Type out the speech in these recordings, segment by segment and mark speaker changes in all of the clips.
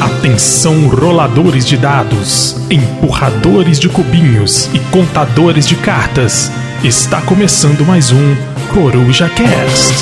Speaker 1: Atenção roladores de dados, empurradores de cubinhos e contadores de cartas. Está começando mais um Coruja Cast.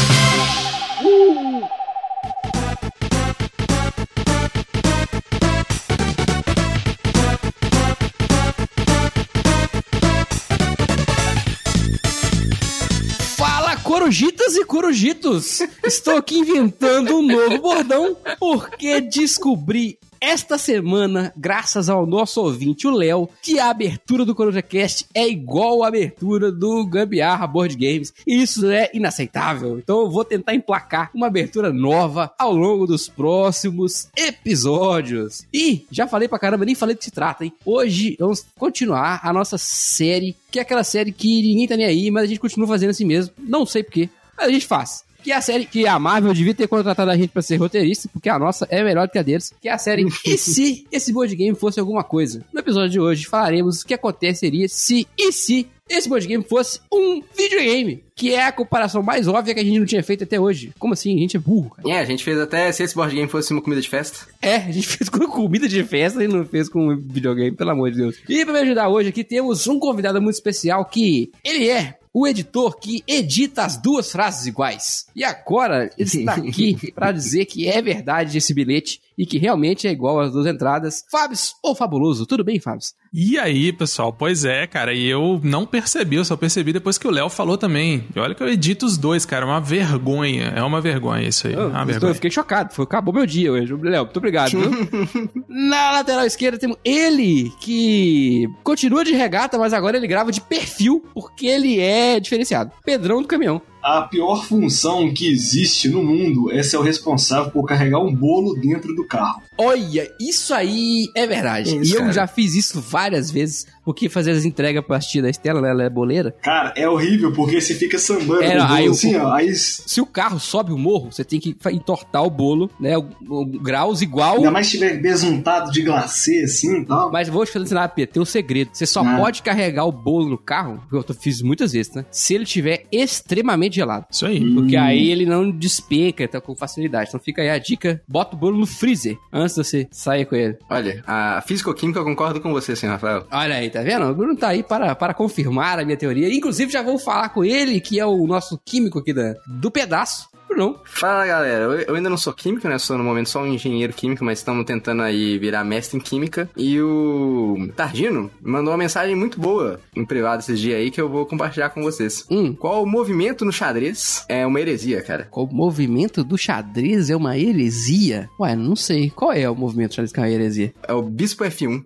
Speaker 2: Fala corujitas e corujitos! Estou aqui inventando um novo bordão porque descobri esta semana, graças ao nosso ouvinte, o Léo, que a abertura do CorujaCast é igual à abertura do Gambiarra Board Games. E isso é inaceitável. Então eu vou tentar emplacar uma abertura nova ao longo dos próximos episódios. E já falei pra caramba, nem falei do que se trata, hein? Hoje vamos continuar a nossa série, que é aquela série que ninguém tá nem aí, mas a gente continua fazendo assim mesmo. Não sei porquê, mas a gente faz. Que é a série que a Marvel devia ter contratado a gente pra ser roteirista, porque a nossa é melhor do que a deles. Que é a série E se esse board game fosse alguma coisa? No episódio de hoje falaremos o que aconteceria se e se esse board game fosse um videogame, que é a comparação mais óbvia que a gente não tinha feito até hoje. Como assim? A gente é burro, cara.
Speaker 3: É, a gente fez até se esse board game fosse uma comida de festa.
Speaker 2: É, a gente fez com comida de festa e não fez com videogame, pelo amor de Deus. E pra me ajudar hoje aqui temos um convidado muito especial que ele é o editor que edita as duas frases iguais. E agora ele está aqui pra dizer que é verdade esse bilhete e que realmente é igual às duas entradas. Fábio ou Fabuloso, tudo bem, Fábio?
Speaker 1: E aí, pessoal? Pois é, cara, e eu não percebi, eu só percebi depois que o Léo falou também. E olha que eu edito os dois, cara, é uma vergonha. É uma vergonha isso aí. é
Speaker 2: Eu,
Speaker 1: uma
Speaker 2: eu
Speaker 1: vergonha.
Speaker 2: estou- Ah, eu fiquei chocado. Foi, acabou meu dia hoje. Léo, muito obrigado, viu? Na lateral esquerda temos ele, que continua de regata, mas agora ele grava de perfil, porque ele é diferenciado. Pedrão do caminhão.
Speaker 4: A pior função que existe no mundo é ser o responsável por carregar um bolo dentro do carro.
Speaker 2: Olha, isso aí é verdade.
Speaker 3: Isso,
Speaker 2: e eu
Speaker 3: cara.
Speaker 2: já fiz isso várias vezes, porque fazer as entregas pra tia da Estela, né, ela é boleira.
Speaker 4: Cara, é horrível porque você fica sambando
Speaker 2: É,
Speaker 4: com o bolo
Speaker 2: aí o-
Speaker 4: assim, ó. Aí, s-
Speaker 2: Se o carro sobe o morro, você tem que fa- entortar o bolo, né? o- o- graus igual.
Speaker 4: ainda mais se tiver besuntado de glacê assim e tal.
Speaker 2: Mas vou te ensinar, Pedro, tem um segredo. Você só
Speaker 4: Ah.
Speaker 2: pode carregar o bolo no carro, que eu tô- fiz muitas vezes, né? Se ele tiver extremamente gelado.
Speaker 1: Isso aí.
Speaker 2: Porque aí ele não despeca tá, com facilidade. Então fica aí a dica: bota o bolo no freezer antes de você sair com ele.
Speaker 3: Olha, a físico-química eu concordo com você, senhor Rafael.
Speaker 2: Olha aí, tá vendo? O Bruno tá aí para, para confirmar a minha teoria. Inclusive, já vou falar com ele, que é o nosso químico aqui da, do pedaço. Bruno,
Speaker 3: Fala galera, eu, eu ainda não sou químico, né? Sou no momento só um engenheiro químico, mas estamos tentando aí virar mestre em química. E o Tardino mandou uma mensagem muito boa em privado esses dias aí que eu vou compartilhar com vocês.
Speaker 2: hum,
Speaker 3: Qual o movimento no xadrez é uma heresia, cara?
Speaker 2: qual o movimento do xadrez é uma heresia? Ué, não sei. Qual é o movimento do xadrez que é uma heresia?
Speaker 3: É o bispo F1.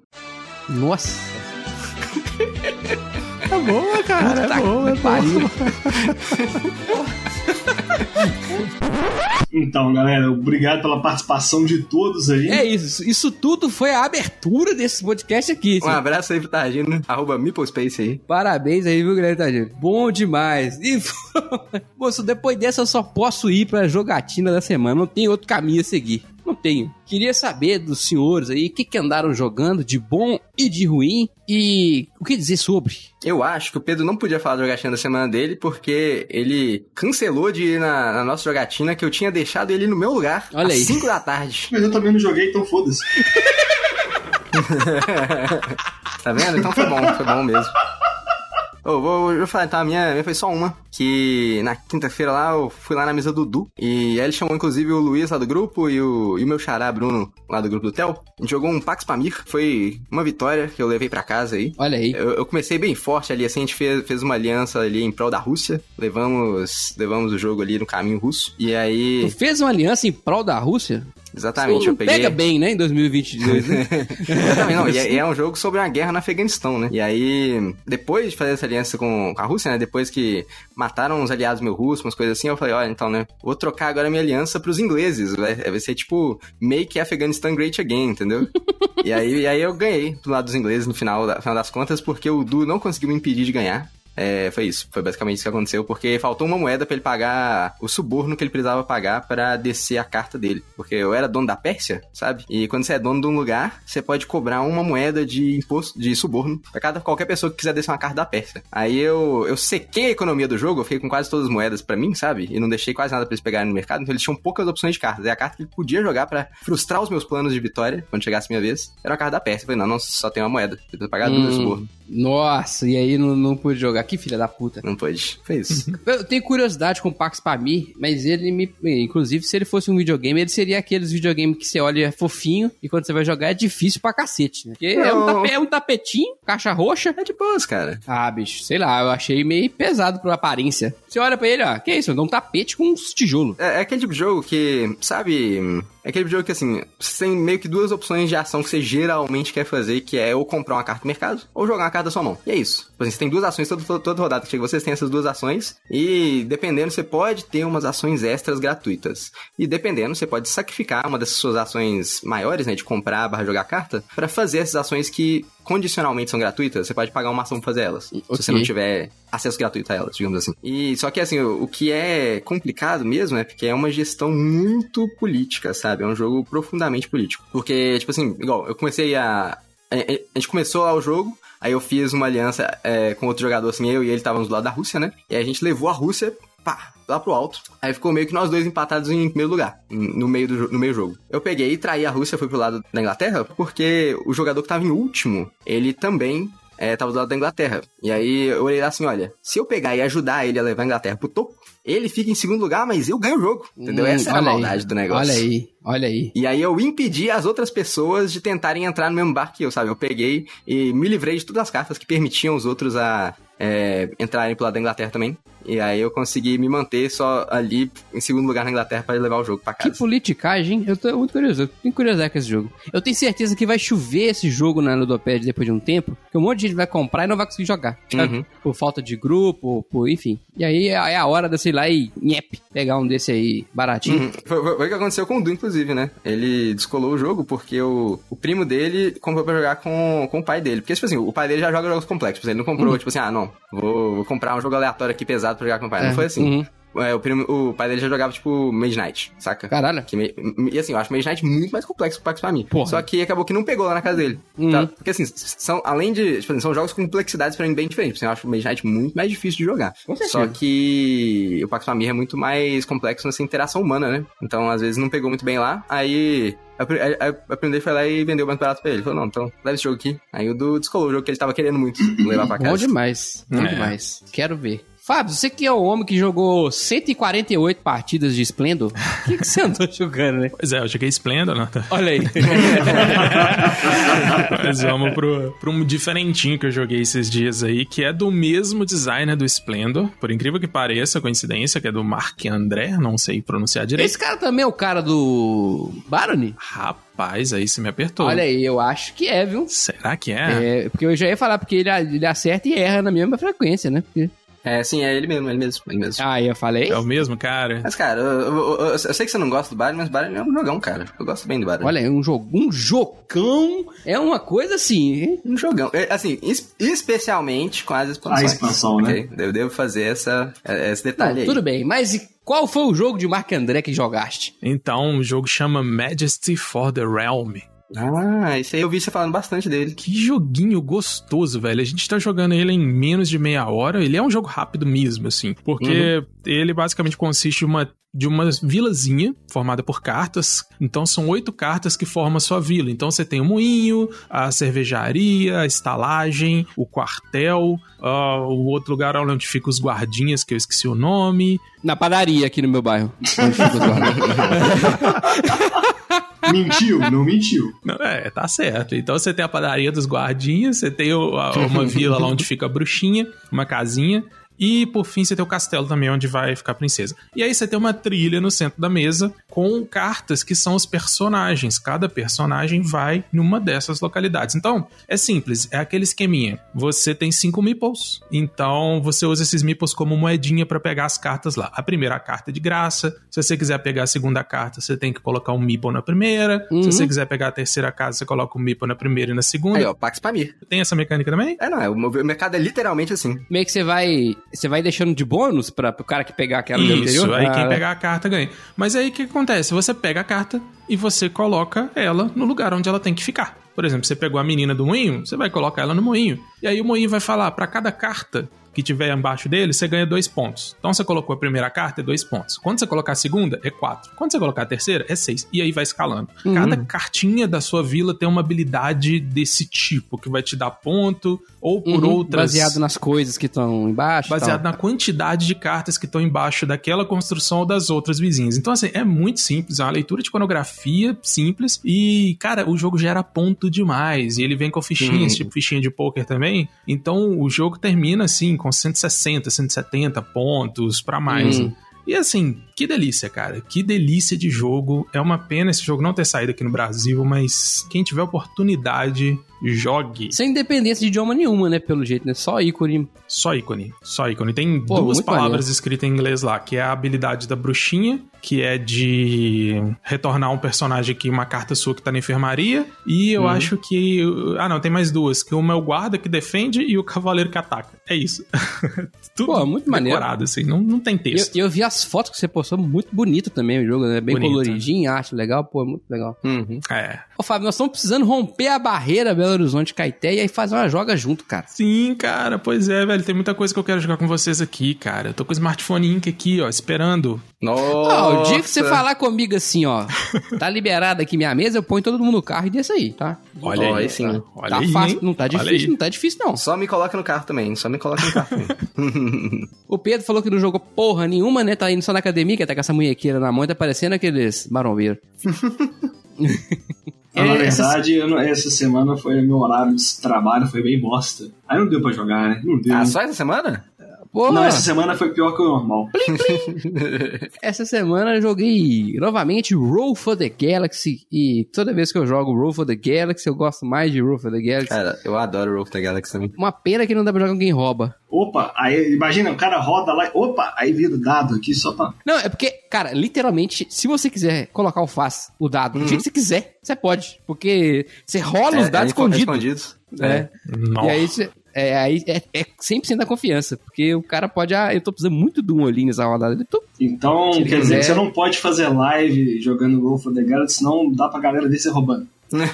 Speaker 2: Nossa.
Speaker 1: É boa, cara,
Speaker 2: Puta que pariu.
Speaker 4: Então, galera, obrigado pela participação de todos aí.
Speaker 2: É isso. Isso tudo foi a abertura desse podcast aqui.
Speaker 3: Um abraço aí pro Tardino, arroba MeepleSpace aí.
Speaker 2: Parabéns aí, viu, Guilherme Tadinho? Bom demais. E, moço, depois dessa eu só posso ir pra jogatina da semana. Não tem outro caminho a seguir. Não tenho. Queria saber dos senhores aí o que, que andaram jogando de bom e de ruim e o que dizer sobre.
Speaker 3: Eu acho que o Pedro não podia falar da jogatina da semana dele, porque ele cancelou de ir na, na nossa jogatina que eu tinha deixado ele no meu lugar
Speaker 2: Olha
Speaker 3: às
Speaker 2: aí.
Speaker 3: 5 da tarde.
Speaker 4: Mas eu também não joguei, então foda-se.
Speaker 3: Tá vendo? Então foi bom, foi bom mesmo. Ô, vou, vou falar, então, a minha, a minha foi só uma. Que na quinta-feira lá, eu fui lá na mesa do Du. E aí ele chamou, inclusive, o Luiz lá do grupo e o, e o meu xará, Bruno, lá do grupo do Tel. A gente jogou um Pax Pamir. Foi uma vitória que eu levei pra casa aí.
Speaker 2: Olha aí.
Speaker 3: Eu, eu comecei bem forte ali, assim, a gente fez, fez uma aliança ali em prol da Rússia. Levamos, levamos o jogo ali no caminho russo. E
Speaker 2: Tu
Speaker 3: aí,
Speaker 2: fez uma aliança em prol da Rússia?
Speaker 3: exatamente,
Speaker 2: Isso
Speaker 3: eu
Speaker 2: não
Speaker 3: peguei.
Speaker 2: Pega bem, né, em 2022, né?
Speaker 3: Exatamente, não, e é, e é um jogo sobre uma guerra no Afeganistão, né? E aí, depois de fazer essa aliança com a Rússia, né? Depois que mataram os aliados meu russos, umas coisas assim, eu falei, olha, então, né? Vou trocar agora minha aliança pros ingleses. Vai, vai ser tipo, make Afghanistan great again, entendeu? e, aí, e aí eu ganhei do lado dos ingleses no final, da- final das contas, porque o Du não conseguiu me impedir de ganhar. É, foi isso. Foi basicamente isso que aconteceu, porque faltou uma moeda pra ele pagar o suborno que ele precisava pagar pra descer a carta dele. Porque eu era dono da Pérsia, sabe? E quando você é dono de um lugar, você pode cobrar uma moeda de imposto, de suborno, pra cada, qualquer pessoa que quiser descer uma carta da Pérsia. Aí eu, eu sequei a economia do jogo, eu fiquei com quase todas as moedas pra mim, sabe? E não deixei quase nada pra eles pegarem no mercado, então eles tinham poucas opções de cartas. E a carta que ele podia jogar pra frustrar os meus planos de vitória, quando chegasse a minha vez, era a carta da Pérsia. Eu falei, não, não, só tem uma moeda. Você precisa pagar duas
Speaker 2: Hum.
Speaker 3: suborno.
Speaker 2: Nossa, e aí não, não pude jogar. Que filha da puta.
Speaker 3: Não pode. Foi isso.
Speaker 2: Eu tenho curiosidade com o Pax Pamir, mas ele me. Inclusive, se ele fosse um videogame, ele seria aqueles videogames que você olha e é fofinho e quando você vai jogar é difícil pra cacete, né? Porque é um,
Speaker 3: Não.
Speaker 2: tape- é um tapetinho, caixa roxa.
Speaker 3: é de boas, cara.
Speaker 2: Ah, bicho, sei lá, eu achei meio pesado pra aparência. Você olha pra ele, ó, que isso? Dá um tapete com uns tijolo.
Speaker 3: É, é aquele tipo de jogo que, sabe? É aquele jogo que, assim, você tem meio que duas opções de ação que você geralmente quer fazer, que é ou comprar uma carta no mercado, ou jogar uma carta da sua mão. E é isso. Tipo assim, Você tem duas ações, todo- todo- toda rodada que chega, vocês têm essas duas ações, e dependendo, você pode ter umas ações extras gratuitas. E dependendo, você pode sacrificar uma dessas suas ações maiores, né, de comprar barra jogar carta, pra fazer essas ações que condicionalmente são gratuitas, você pode pagar uma ação pra fazer elas. Se você
Speaker 2: Ok.
Speaker 3: não tiver acesso gratuito a elas, digamos assim. E só que assim, o, o que é complicado mesmo é porque é uma gestão muito política, sabe? É um jogo profundamente político. Porque, tipo assim, igual, eu comecei a. A a gente começou lá o jogo, aí eu fiz uma aliança é, com outro jogador, assim, eu e ele estávamos do lado da Rússia, né? E aí a gente levou a Rússia pá, lá pro alto. Aí ficou meio que nós dois empatados em primeiro lugar, em- no meio do jo- no meio jogo. Eu peguei e traí a Rússia, fui pro lado da Inglaterra, porque o jogador que tava em último, ele também é, tava do lado da Inglaterra. E aí eu olhei lá assim, olha, se eu pegar e ajudar ele a levar a Inglaterra pro topo, ele fica em segundo lugar, mas eu ganho o jogo. Entendeu?
Speaker 2: Hum,
Speaker 3: Essa era a
Speaker 2: olha aí,
Speaker 3: maldade do negócio.
Speaker 2: Olha aí, olha aí.
Speaker 3: E aí eu impedi as outras pessoas de tentarem entrar no mesmo barco que eu, sabe? Eu peguei e me livrei de todas as cartas que permitiam os outros a é, entrarem pro lado da Inglaterra também. E aí eu consegui me manter só ali em segundo lugar na Inglaterra pra levar o jogo pra
Speaker 2: Que
Speaker 3: casa.
Speaker 2: politicagem, eu tô muito curioso, eu tenho curiosidade com esse jogo. Eu tenho certeza que vai chover esse jogo na Ludopad depois de um tempo, que um monte de gente vai comprar e não vai conseguir jogar. sabe?
Speaker 3: Uhum.
Speaker 2: Por falta de grupo, por enfim. E aí é é a hora da, sei lá, e nhep, pegar um desse aí baratinho.
Speaker 3: Uhum. Foi, foi- foi o que aconteceu com o Du, inclusive, né? Ele descolou o jogo porque o, o primo dele comprou pra jogar com, com o pai dele. Porque, tipo assim, o pai dele já joga jogos complexos. Ele não comprou,
Speaker 2: Uhum.
Speaker 3: tipo assim, ah, não, vou, vou comprar um jogo aleatório aqui pesado pra jogar com o pai.
Speaker 2: É,
Speaker 3: Não foi assim.
Speaker 2: uhum.
Speaker 3: É, o, primo- o pai dele já jogava, tipo, Midnight, saca?
Speaker 2: Caralho.
Speaker 3: Que me- me- e assim, eu acho o Mage Knight muito mais complexo que o Pax pra mim.
Speaker 2: Porra.
Speaker 3: Só que acabou que não pegou lá na casa dele.
Speaker 2: Uhum.
Speaker 3: Tá? Porque assim, s- são, além de. Tipo, assim, são jogos com complexidades pra mim bem diferentes. Assim, eu acho o Mage Knight muito mais difícil de jogar.
Speaker 2: Com certeza.
Speaker 3: Só que o Pax Família é muito mais complexo nessa interação humana, né? Então, às vezes, não pegou muito bem lá. Aí. A pri- a- a- a primo dele foi lá e vendeu mais barato pra ele. Falou, não, então leva esse jogo aqui. Aí o Du descolou o jogo que ele tava querendo muito levar pra casa.
Speaker 2: Bom demais, bom
Speaker 4: É.
Speaker 2: demais. Quero ver. Fábio, você que é o homem que jogou 148 partidas de Splendor, o que, que você andou jogando, né?
Speaker 1: Pois é, eu cheguei Splendor, né?
Speaker 2: Olha aí.
Speaker 1: Mas vamos pro, pro um diferentinho que eu joguei esses dias aí, que é do mesmo designer do Splendor. Por incrível que pareça, coincidência, que é do Marc André, não sei pronunciar direito.
Speaker 2: Esse cara também é o cara do Barony?
Speaker 1: Rapaz, aí você me apertou.
Speaker 2: Olha aí, eu acho que é, viu?
Speaker 1: Será que é?
Speaker 2: É, porque eu já ia falar, porque ele, ele acerta e erra na mesma frequência, né? Porque-
Speaker 3: É, sim, é ele mesmo, ele mesmo, ele mesmo.
Speaker 2: Ah, eu falei?
Speaker 1: É o mesmo, cara?
Speaker 3: Mas, cara, eu, eu- eu- eu sei que você não gosta do Barney, mas o Barney é um jogão, cara. Eu gosto bem do Barney.
Speaker 2: Olha, é um jogo, um jocão é uma coisa assim, hein?
Speaker 3: Um jogão. É, Assim, es- especialmente com as expansões.
Speaker 4: A expansão, né?
Speaker 3: ok? Eu devo fazer essa, é, esse
Speaker 2: Não,
Speaker 3: detalhe aí.
Speaker 2: Tá, tudo bem, mas e qual foi o jogo de Marc André que jogaste?
Speaker 1: Então, o jogo chama Majesty for the Realm.
Speaker 3: Ah, isso aí eu vi você falando bastante dele.
Speaker 1: Que joguinho gostoso, velho. A gente tá jogando ele em menos de meia hora. Ele é um jogo rápido mesmo, assim. Porque ele basicamente consiste de uma, de uma vilazinha formada por cartas. Então são oito cartas que formam a sua vila. Então você tem o moinho, a cervejaria, a estalagem, o quartel, ah, o outro lugar é onde fica os guardinhas, que eu esqueci o nome.
Speaker 2: Na padaria aqui no meu bairro. onde fica o guarda.
Speaker 4: Mentiu, não mentiu.
Speaker 1: Não, é, tá certo. Então você tem a padaria dos guardinhas, você tem o- a- uma vila lá onde fica a bruxinha, uma casinha. E por fim você tem o castelo também, onde vai ficar a princesa. E aí você tem uma trilha no centro da mesa com cartas que são os personagens. Cada personagem vai numa dessas localidades. Então, é simples, é aquele esqueminha. Você tem cinco meeples, então você usa esses meeples como moedinha para pegar as cartas lá. A primeira carta é de graça. Se você quiser pegar a segunda carta, você tem que colocar um meeple na primeira.
Speaker 2: Uhum.
Speaker 1: Se você quiser pegar a terceira carta, você coloca um meeple na primeira e na segunda.
Speaker 3: Aí, ó, Pax Pamir.
Speaker 1: Tem essa mecânica também?
Speaker 3: É, não, é, o meu- o mercado é literalmente assim.
Speaker 2: Meio que você vai. Você vai deixando de bônus pra, pro cara que pegar aquela do
Speaker 1: Isso,
Speaker 2: anterior?
Speaker 1: aí
Speaker 2: Ah,
Speaker 1: quem pegar a carta ganha. Mas aí o que acontece? Você pega a carta e você coloca ela no lugar onde ela tem que ficar. Por exemplo, você pegou a menina do moinho, você vai colocar ela no moinho. E aí o moinho vai falar, pra cada carta que tiver embaixo dele, você ganha dois pontos. Então você colocou a primeira carta, é dois pontos. Quando você colocar a segunda, é quatro. Quando você colocar a terceira, é seis. E aí vai escalando.
Speaker 2: Uhum.
Speaker 1: Cada cartinha da sua vila tem uma habilidade desse tipo, que vai te dar ponto, ou por
Speaker 2: uhum,
Speaker 1: outras...
Speaker 2: Baseado nas coisas que estão embaixo. e
Speaker 1: Baseado
Speaker 2: tal.
Speaker 1: na quantidade de cartas que estão embaixo daquela construção ou das outras vizinhas. Então, assim, é muito simples, é uma leitura de iconografia simples. E, cara, o jogo gera ponto demais. E ele vem com fichinhas,
Speaker 3: Sim.
Speaker 1: tipo fichinha de pôquer também. Então, o jogo termina, assim, com 160, 170 pontos pra mais.
Speaker 2: Hum.
Speaker 1: E assim, que delícia, cara. Que delícia de jogo. É uma pena esse jogo não ter saído aqui no Brasil, mas quem tiver oportunidade, jogue.
Speaker 2: Sem dependência de idioma nenhuma, né? Pelo jeito, né? Só ícone.
Speaker 1: Só ícone, só ícone. Tem
Speaker 2: Pô,
Speaker 1: duas
Speaker 2: muito
Speaker 1: palavras escritas em inglês lá, que é a habilidade da bruxinha, que é de retornar um personagem aqui, uma carta sua que tá na enfermaria, e eu
Speaker 2: Uhum.
Speaker 1: acho que... Ah, não, tem mais duas, que uma é o guarda que defende e o cavaleiro que ataca. É isso. Tudo
Speaker 2: Pô, muito maneiro.
Speaker 1: decorado, assim, não, não tem
Speaker 2: E
Speaker 1: texto.
Speaker 2: eu, eu vi as fotos que você postou, muito bonito também o jogo, né? Bem
Speaker 1: Bonito.
Speaker 2: coloridinho, arte legal, pô, é muito legal.
Speaker 3: Uhum.
Speaker 1: É.
Speaker 2: Ô, Fábio, nós estamos precisando romper a barreira Belo Horizonte Caeté e aí fazer uma joga junto, cara.
Speaker 1: Sim, cara, pois é, velho, tem muita coisa que eu quero jogar com vocês aqui, cara. Eu tô com o smartphone Inc aqui, ó, esperando.
Speaker 3: Nossa.
Speaker 2: Ó, Ah, o dia que você falar comigo assim, ó, tá liberada aqui minha mesa, eu ponho todo mundo no carro e desço aí, tá?
Speaker 1: Olha
Speaker 3: Ó,
Speaker 1: aí,
Speaker 3: aí sim.
Speaker 1: cara. Olha
Speaker 2: tá
Speaker 1: aí,
Speaker 2: fácil,
Speaker 1: hein?
Speaker 2: não tá
Speaker 1: Olha
Speaker 2: difícil,
Speaker 1: aí.
Speaker 2: não tá difícil não.
Speaker 3: Só me coloca no carro também, só me coloca no carro também.
Speaker 2: O Pedro falou que não jogou porra nenhuma, né? Tá indo só na academia, que tá com essa munhequeira na mão e tá parecendo aqueles marombeiros.
Speaker 4: Mas, na
Speaker 2: É, essa-
Speaker 4: verdade, eu não- essa semana foi meu horário de trabalho, foi bem bosta. Aí não deu pra jogar, né? Não deu.
Speaker 3: ah, só essa semana?
Speaker 2: Porra,
Speaker 4: Não, essa semana foi pior que o normal.
Speaker 2: Essa semana eu joguei novamente Roll for the Galaxy e toda vez que eu jogo Roll for the Galaxy eu gosto mais de Roll for the Galaxy.
Speaker 3: Cara, eu adoro o Rogue da Galaxy também.
Speaker 2: Uma pena que não dá pra jogar com quem rouba.
Speaker 4: Opa, aí imagina, o cara roda lá, e- opa, aí vira o dado aqui só pra.
Speaker 2: Não, é porque, cara, literalmente, se você quiser colocar o faz, o dado, do jeito que você quiser, você pode. Porque você rola os
Speaker 3: Uhum. É,
Speaker 2: dados
Speaker 3: é
Speaker 2: escondidos.
Speaker 3: escondidos.
Speaker 2: É.
Speaker 1: Nossa.
Speaker 2: E aí, você- é, aí é, é 100% da confiança. Porque o cara pode. Ah, eu tô precisando muito do um ali nessa rodada. Eu tô-
Speaker 4: Então,
Speaker 2: Se
Speaker 4: quer dizer
Speaker 2: quiser.
Speaker 4: que você não pode fazer live jogando Roll for the Galaxy, senão dá pra galera ver você roubando.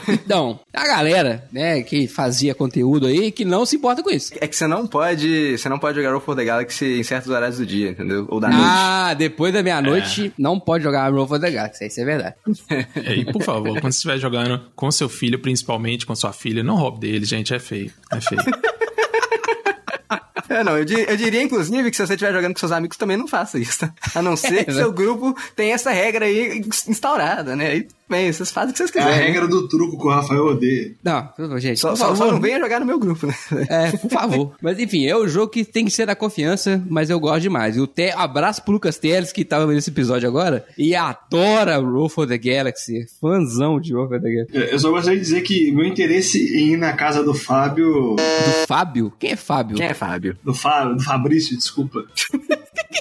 Speaker 2: Então, a galera, né, que fazia conteúdo aí, que não se importa com isso.
Speaker 3: É que você não pode. Você não pode jogar Rogue da Galaxy em certos horários do dia, entendeu? Ou da noite. É.
Speaker 2: Ah, depois da meia-noite, não pode jogar Roll for the Galaxy. Isso é verdade.
Speaker 1: É, e por favor, quando você estiver jogando com seu filho, principalmente com sua filha, não roube dele, gente. É feio. É feio.
Speaker 3: É, não, eu, di- eu diria, inclusive, que se você estiver jogando com seus amigos, também não faça isso, tá? A não ser que
Speaker 2: né?
Speaker 3: seu grupo tenha essa regra aí instaurada, né? Aí, bem, vocês fazem o que vocês
Speaker 4: É a
Speaker 3: quiserem. né?
Speaker 4: regra do truco que o Rafael odeia.
Speaker 2: Não, gente.
Speaker 3: Só,
Speaker 2: por
Speaker 3: só, só
Speaker 2: favor.
Speaker 3: não venha jogar no meu grupo, né?
Speaker 2: É, por favor. mas enfim, é o jogo que tem que ser da confiança, mas eu gosto demais. E o Te... abraço pro Lucas Teles, que tava nesse episódio agora, e adora Roll for the Galaxy. Fãzão de Roll for the Galaxy.
Speaker 4: É, Eu eu só gostaria de dizer que meu interesse em ir na casa do Fábio.
Speaker 2: Do Fábio? Quem é Fábio?
Speaker 3: Quem é Fábio?
Speaker 4: Do, Fá, do Fabrício, desculpa.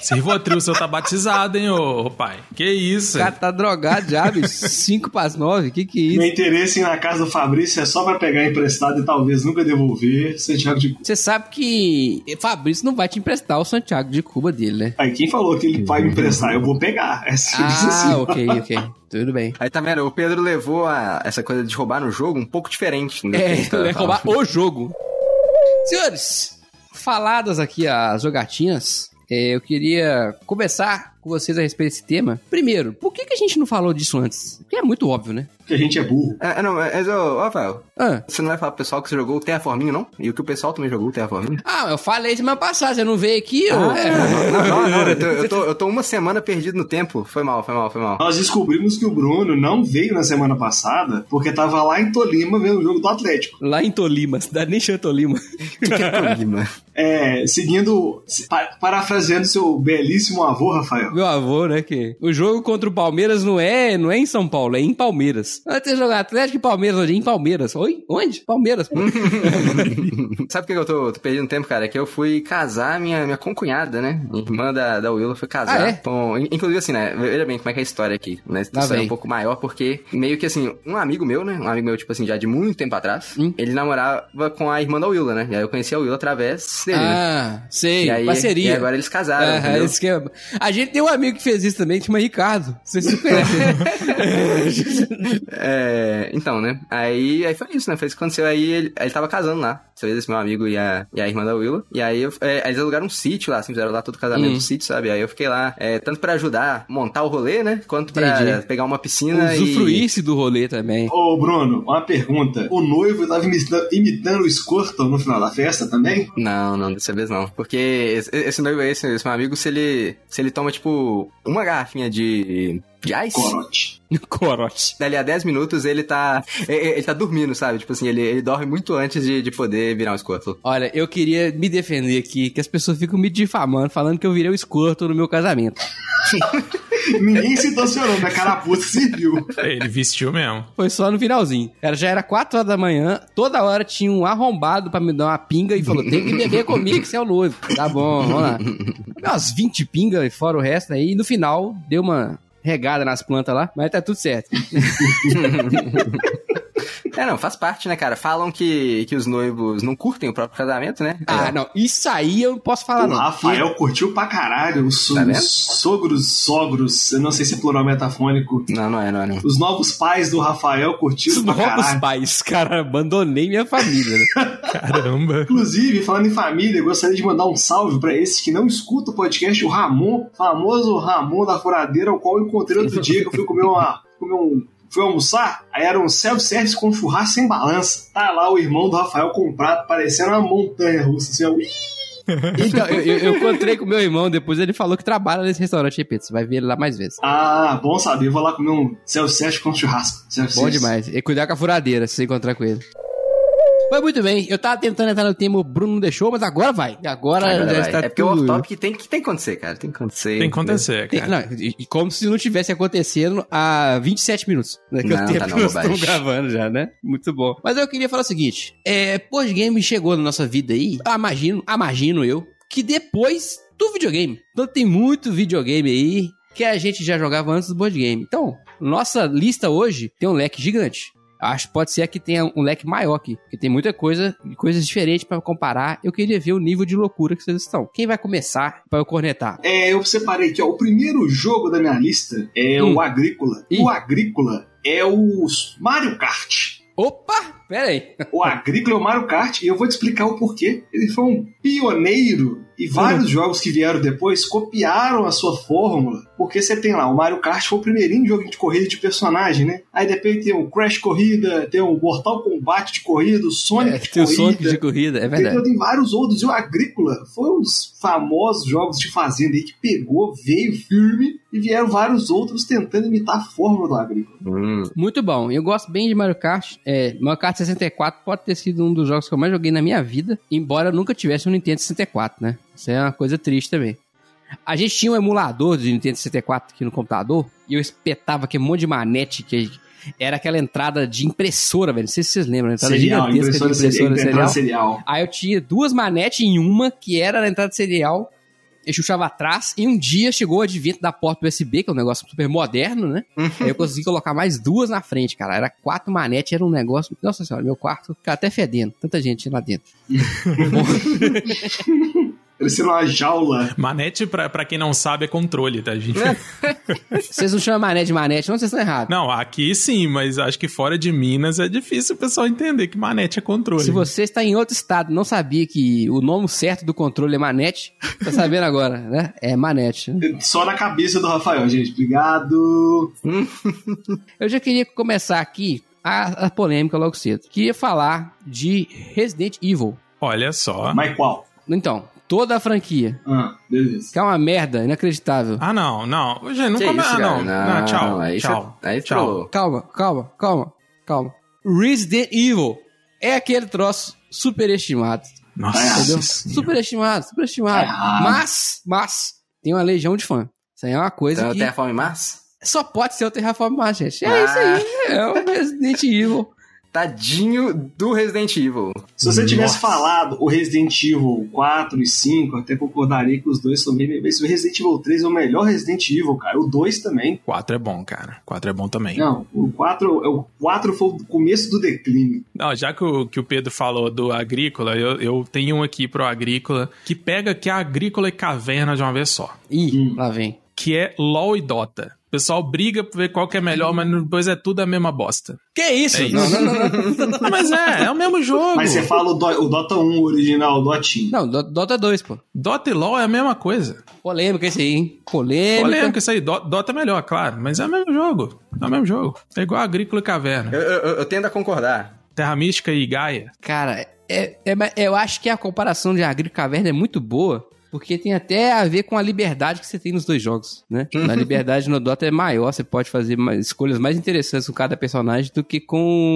Speaker 1: Se Rivotril, seu tá batizado, hein, ô, ô pai? Que isso?
Speaker 2: O cara tá drogado já, bicho. 5 pras 9, que que é isso?
Speaker 4: Meu interesse em ir na casa do Fabrício é só pra pegar emprestado e talvez nunca devolver. Santiago de.
Speaker 2: Você sabe que Fabrício não vai te emprestar o Santiago de Cuba dele, né?
Speaker 4: Aí quem falou que ele vai me emprestar? Eu vou pegar. É simples assim.
Speaker 2: Ah, ok, ok. Tudo bem.
Speaker 3: Aí tá vendo, o Pedro levou a- essa coisa de roubar no jogo um pouco diferente. né? Que a
Speaker 2: É,
Speaker 3: gente tava
Speaker 2: vai roubar
Speaker 3: falando.
Speaker 2: o jogo. Senhores, faladas aqui as jogatinas, é, eu queria começar com vocês a respeito desse tema. Primeiro, por que, que a gente não falou disso antes? Porque é muito óbvio, né?
Speaker 4: Porque a gente é burro.
Speaker 3: É, é, não, mas, ô, ô, Rafael,
Speaker 2: Ah,
Speaker 3: você não vai falar pro pessoal que você jogou o Terraforminho, não? E o que o pessoal também jogou o Terraforminho?
Speaker 2: ah eu falei semana passada, você não veio aqui? ô?
Speaker 3: Não,
Speaker 2: É.
Speaker 3: não, não, eu tô, eu tô- eu tô uma semana perdido no tempo. Foi mal, foi mal, foi mal.
Speaker 4: Nós descobrimos que o Bruno não veio na semana passada porque tava lá em Tolima vendo o jogo do Atlético.
Speaker 2: Lá em Tolima, cidade nem chama Tolima.
Speaker 3: Lima.
Speaker 4: É, seguindo, se- pa- parafraseando seu belíssimo avô, Rafael.
Speaker 2: Meu avô, né? Que o jogo contra o Palmeiras não é, não é em São Paulo, é em Palmeiras. Antes de jogar Atlético e Palmeiras, hoje em Palmeiras. Oi? Onde? Palmeiras. pô.
Speaker 3: Sabe por que eu tô, tô perdendo tempo, cara? É que eu fui casar minha, minha concunhada, né? Irmã da, da Willow foi casar.
Speaker 2: Ah, é?
Speaker 3: com, in- inclusive, assim, né? Veja bem como é que é a história aqui, né?
Speaker 2: Lá
Speaker 3: Isso é
Speaker 2: vem.
Speaker 3: um pouco maior, porque meio que assim, um amigo meu, né? Um amigo meu, tipo assim, já de muito tempo atrás,
Speaker 2: Hum.
Speaker 3: ele namorava com a irmã da Willa, né? E aí eu conheci a Willa através dele, né?
Speaker 2: Ah, sei.
Speaker 3: E aí,
Speaker 2: parceria.
Speaker 3: E agora eles casaram,
Speaker 2: Ah,
Speaker 3: entendeu?
Speaker 2: esse que é- A gente tem um amigo que fez isso também, que chama Ricardo. Vocês se conhecem.
Speaker 3: É, então, né? Aí, aí foi isso, né? Foi isso que aconteceu. Aí ele, ele tava casando lá. Você vê esse meu amigo e a, e a irmã da Willa. E aí eu- é, eles alugaram um sítio lá, assim, fizeram lá todo o casamento
Speaker 2: Hum.
Speaker 3: do sítio, sabe? Aí eu fiquei lá, é, tanto pra ajudar a montar o rolê, né? Quanto pra
Speaker 2: Entendi.
Speaker 3: pegar uma piscina e.
Speaker 2: Usufruir-se do rolê também.
Speaker 4: Ô, Bruno, uma pergunta. O noivo tava imita- imitando o Squirtle no final da festa também?
Speaker 3: Não, não, dessa vez não. Porque esse, esse noivo aí, esse, esse meu amigo, se ele, se ele toma, tipo, uma garrafinha de. de ice.
Speaker 4: Corote.
Speaker 2: Corote.
Speaker 3: Dali a 10 minutos ele tá. Ele, ele tá dormindo, sabe? Tipo assim, ele, ele dorme muito antes de, de poder virar um escoto.
Speaker 2: Olha, eu queria me defender aqui, que as pessoas ficam me difamando, falando que eu virei o escorto no meu casamento.
Speaker 4: Ninguém citou seu nome, a carapuça serviu.
Speaker 1: É, Ele vestiu mesmo.
Speaker 2: Foi só no finalzinho. Era, já era 4 horas da manhã, toda hora tinha um arrombado pra me dar uma pinga e falou: tem que beber comigo, que você é o noivo. Tá bom, vamos lá. Deu umas 20 pingas e fora o resto aí. E no final, deu uma regada nas plantas lá, mas tá tudo certo.
Speaker 3: É, não, faz parte, né, cara? Falam que, que os noivos não curtem o próprio casamento, né?
Speaker 2: Ah,
Speaker 3: É.
Speaker 2: não, isso aí eu não posso falar,
Speaker 4: O
Speaker 2: Ah, não.
Speaker 3: um
Speaker 4: Rafael curtiu pra caralho os so-
Speaker 3: Tá vendo?
Speaker 4: os sogros, sogros, eu não sei se é plural metafônico.
Speaker 3: Não, não é, não é, não.
Speaker 4: Os novos pais do Rafael curtiram
Speaker 2: Os
Speaker 4: pra
Speaker 2: novos
Speaker 4: caralho.
Speaker 2: pais, cara, abandonei minha família, né?
Speaker 1: Caramba.
Speaker 4: Inclusive, falando em família, eu gostaria de mandar um salve pra esses que não escutam o podcast, o Ramon, famoso Ramon da Furadeira, o qual eu encontrei outro dia que eu fui comer uma. comer um. Fui almoçar, aí era um self-service com churrasco sem balança. Tá lá o irmão do Rafael com um prato, parecendo uma montanha russa. Assim, ó, "Ih,
Speaker 2: Então, eu, eu- eu encontrei com meu irmão, depois ele falou que trabalha nesse restaurante aí, Pedro. Você vai ver ele lá mais vezes.
Speaker 4: ah, bom saber, eu vou lá comer um self-service com churrasco.
Speaker 2: Bom
Speaker 4: Self-service.
Speaker 2: demais. E cuidar com a furadeira se você encontrar com ele. Mas muito bem, eu tava tentando entrar no tema, o Bruno não deixou, mas agora vai. E Agora,
Speaker 3: Agora
Speaker 2: já
Speaker 3: vai.
Speaker 2: está
Speaker 3: é porque o
Speaker 2: tá tudo...
Speaker 3: off-topic tem, que- tem que acontecer, cara. Tem que acontecer.
Speaker 1: Tem que acontecer,
Speaker 2: Tem-
Speaker 1: cara.
Speaker 2: não, e, e como se não tivesse acontecendo há 27 minutos. Né, que é o
Speaker 3: Não,
Speaker 2: tempo
Speaker 3: tá não,
Speaker 2: que nós
Speaker 3: bobagem.
Speaker 2: estamos gravando já, né? Muito bom. Mas eu queria falar o seguinte: é, board game chegou na nossa vida aí, eu imagino, imagino eu, que depois do videogame. Então tem muito videogame aí que a gente já jogava antes do board game. Então, nossa lista hoje tem um leque gigante. Acho que pode ser que tenha um leque maior aqui, porque tem muita coisa, coisas diferentes pra comparar. Eu queria ver o nível de loucura que vocês estão. Quem vai começar pra eu cornetar?
Speaker 4: É, eu separei aqui, ó. O primeiro jogo da minha lista é
Speaker 2: Hum.
Speaker 4: o Agrícola.
Speaker 2: Ih.
Speaker 4: O Agrícola é o Mario Kart.
Speaker 2: Opa! Pera aí.
Speaker 4: O Agrícola é o Mario Kart e eu vou te explicar o porquê. Ele foi um pioneiro e vários jogos que vieram depois copiaram a sua fórmula. Porque você tem lá, o Mario Kart foi o primeirinho jogo de corrida de personagem, né? Aí depois tem o Crash Corrida, tem o Mortal Kombat de corrida, o Sonic
Speaker 2: É,
Speaker 4: de
Speaker 2: tem o
Speaker 4: corrida.
Speaker 2: Sonic de corrida, é
Speaker 4: Entendeu?
Speaker 2: verdade.
Speaker 4: Tem vários outros. E o Agrícola foi um dos famosos jogos de fazenda aí que pegou, veio firme e vieram vários outros tentando imitar a fórmula do Agrícola.
Speaker 3: Hum,
Speaker 2: Muito bom. Eu gosto bem de Mario Kart. É, Mario Kart 64 pode ter sido um dos jogos que eu mais joguei na minha vida, embora eu nunca tivesse um Nintendo 64, né? Isso é uma coisa triste também. A gente tinha um emulador de Nintendo 64 aqui no computador e eu espetava aquele monte de manete que era aquela entrada de impressora, velho. Não sei se vocês lembram, a entrada Tá gigantesca
Speaker 4: impressora,
Speaker 2: de impressora
Speaker 4: serial.
Speaker 2: serial.
Speaker 4: serial.
Speaker 2: Aí eu tinha duas manetes em uma, que era na entrada serial, eu chuchava atrás, e um dia chegou o advento da porta USB, que é um negócio super moderno, né? Aí eu consegui colocar mais duas na frente, cara. Era quatro manetes, era um negócio. Nossa senhora, meu quarto fica até fedendo. Tanta gente lá dentro.
Speaker 4: Parecendo uma jaula.
Speaker 1: Manete, pra, pra quem não sabe, é controle, tá, gente?
Speaker 3: É.
Speaker 2: Vocês não chamam mané de manete, não, vocês estão errados.
Speaker 1: Não, aqui sim, mas acho que fora de Minas é difícil o pessoal entender que manete é controle.
Speaker 2: Se você está em outro estado e não sabia que o nome certo do controle é manete, tá sabendo agora, né? É manete.
Speaker 4: Só na cabeça do Rafael, gente. Obrigado.
Speaker 2: Eu já queria começar aqui a, a polêmica logo cedo. Queria falar de Resident Evil.
Speaker 1: Olha só.
Speaker 4: Mas qual?
Speaker 2: Então, toda a franquia.
Speaker 4: Ah, beleza.
Speaker 2: Que é uma merda, inacreditável.
Speaker 1: Ah, não, não. Gente, não
Speaker 3: Que
Speaker 1: come...
Speaker 3: isso,
Speaker 1: ah,
Speaker 3: cara?
Speaker 1: não.
Speaker 3: Não, é
Speaker 1: Não, Tchau,
Speaker 3: aí você-
Speaker 1: tchau.
Speaker 3: aí você
Speaker 1: tchau.
Speaker 3: falou.
Speaker 2: Calma, calma, calma, calma. Resident Evil é aquele troço superestimado.
Speaker 1: Nossa,
Speaker 2: Entendeu?
Speaker 1: senhora.
Speaker 2: Superestimado, superestimado.
Speaker 4: Ah.
Speaker 2: Mas, mas, tem uma legião de fã. Isso aí é uma coisa
Speaker 3: Então,
Speaker 2: que
Speaker 3: Terraform em Mars?
Speaker 2: só pode ser o Terraform Mars, gente. É
Speaker 3: Ah.
Speaker 2: isso aí, é o Resident Evil.
Speaker 3: Tadinho do Resident Evil.
Speaker 4: Se você tivesse
Speaker 1: Nossa.
Speaker 4: falado o Resident Evil 4 e 5, eu até concordaria que os dois são bem legais. O Resident Evil 3 é o melhor Resident Evil, cara. O 2 também.
Speaker 1: 4 é bom, cara. 4 é bom também. Não,
Speaker 4: Não, o 4, é o 4 foi o começo do declínio.
Speaker 1: já que o, que o Pedro falou do Agrícola, eu, eu tenho um aqui pro Agrícola que pega que é Agrícola e Caverna de uma vez só.
Speaker 2: Ih,
Speaker 4: Hum.
Speaker 2: lá vem.
Speaker 1: Que é LOL e Dota. O pessoal briga pra ver qual que é melhor, mas depois é tudo a mesma bosta.
Speaker 2: Que isso?
Speaker 1: É isso.
Speaker 2: Não, não, não, não.
Speaker 1: Não, mas é, é o mesmo
Speaker 2: Tá
Speaker 1: jogo.
Speaker 4: Mas você fala o, Do- o Dota 1 original, o Dotinho.
Speaker 2: Não, Do- Dota 2, pô.
Speaker 1: Dota e LOL é a mesma coisa.
Speaker 2: Polêmica esse aí, hein? Polêmica.
Speaker 1: Polêmica isso aí. Do- Dota é melhor, claro, mas é o mesmo jogo. É o mesmo jogo. É igual Agrícola e Caverna.
Speaker 3: Eu, eu, eu- eu tendo a concordar.
Speaker 1: Terra Mística e Gaia.
Speaker 2: Cara, é, é- mas eu acho que a comparação de Agri e Caverna é muito boa, porque tem até a ver com a liberdade que você tem nos dois jogos, né? A liberdade no Dota é maior, você pode fazer mais- escolhas mais interessantes com cada personagem do que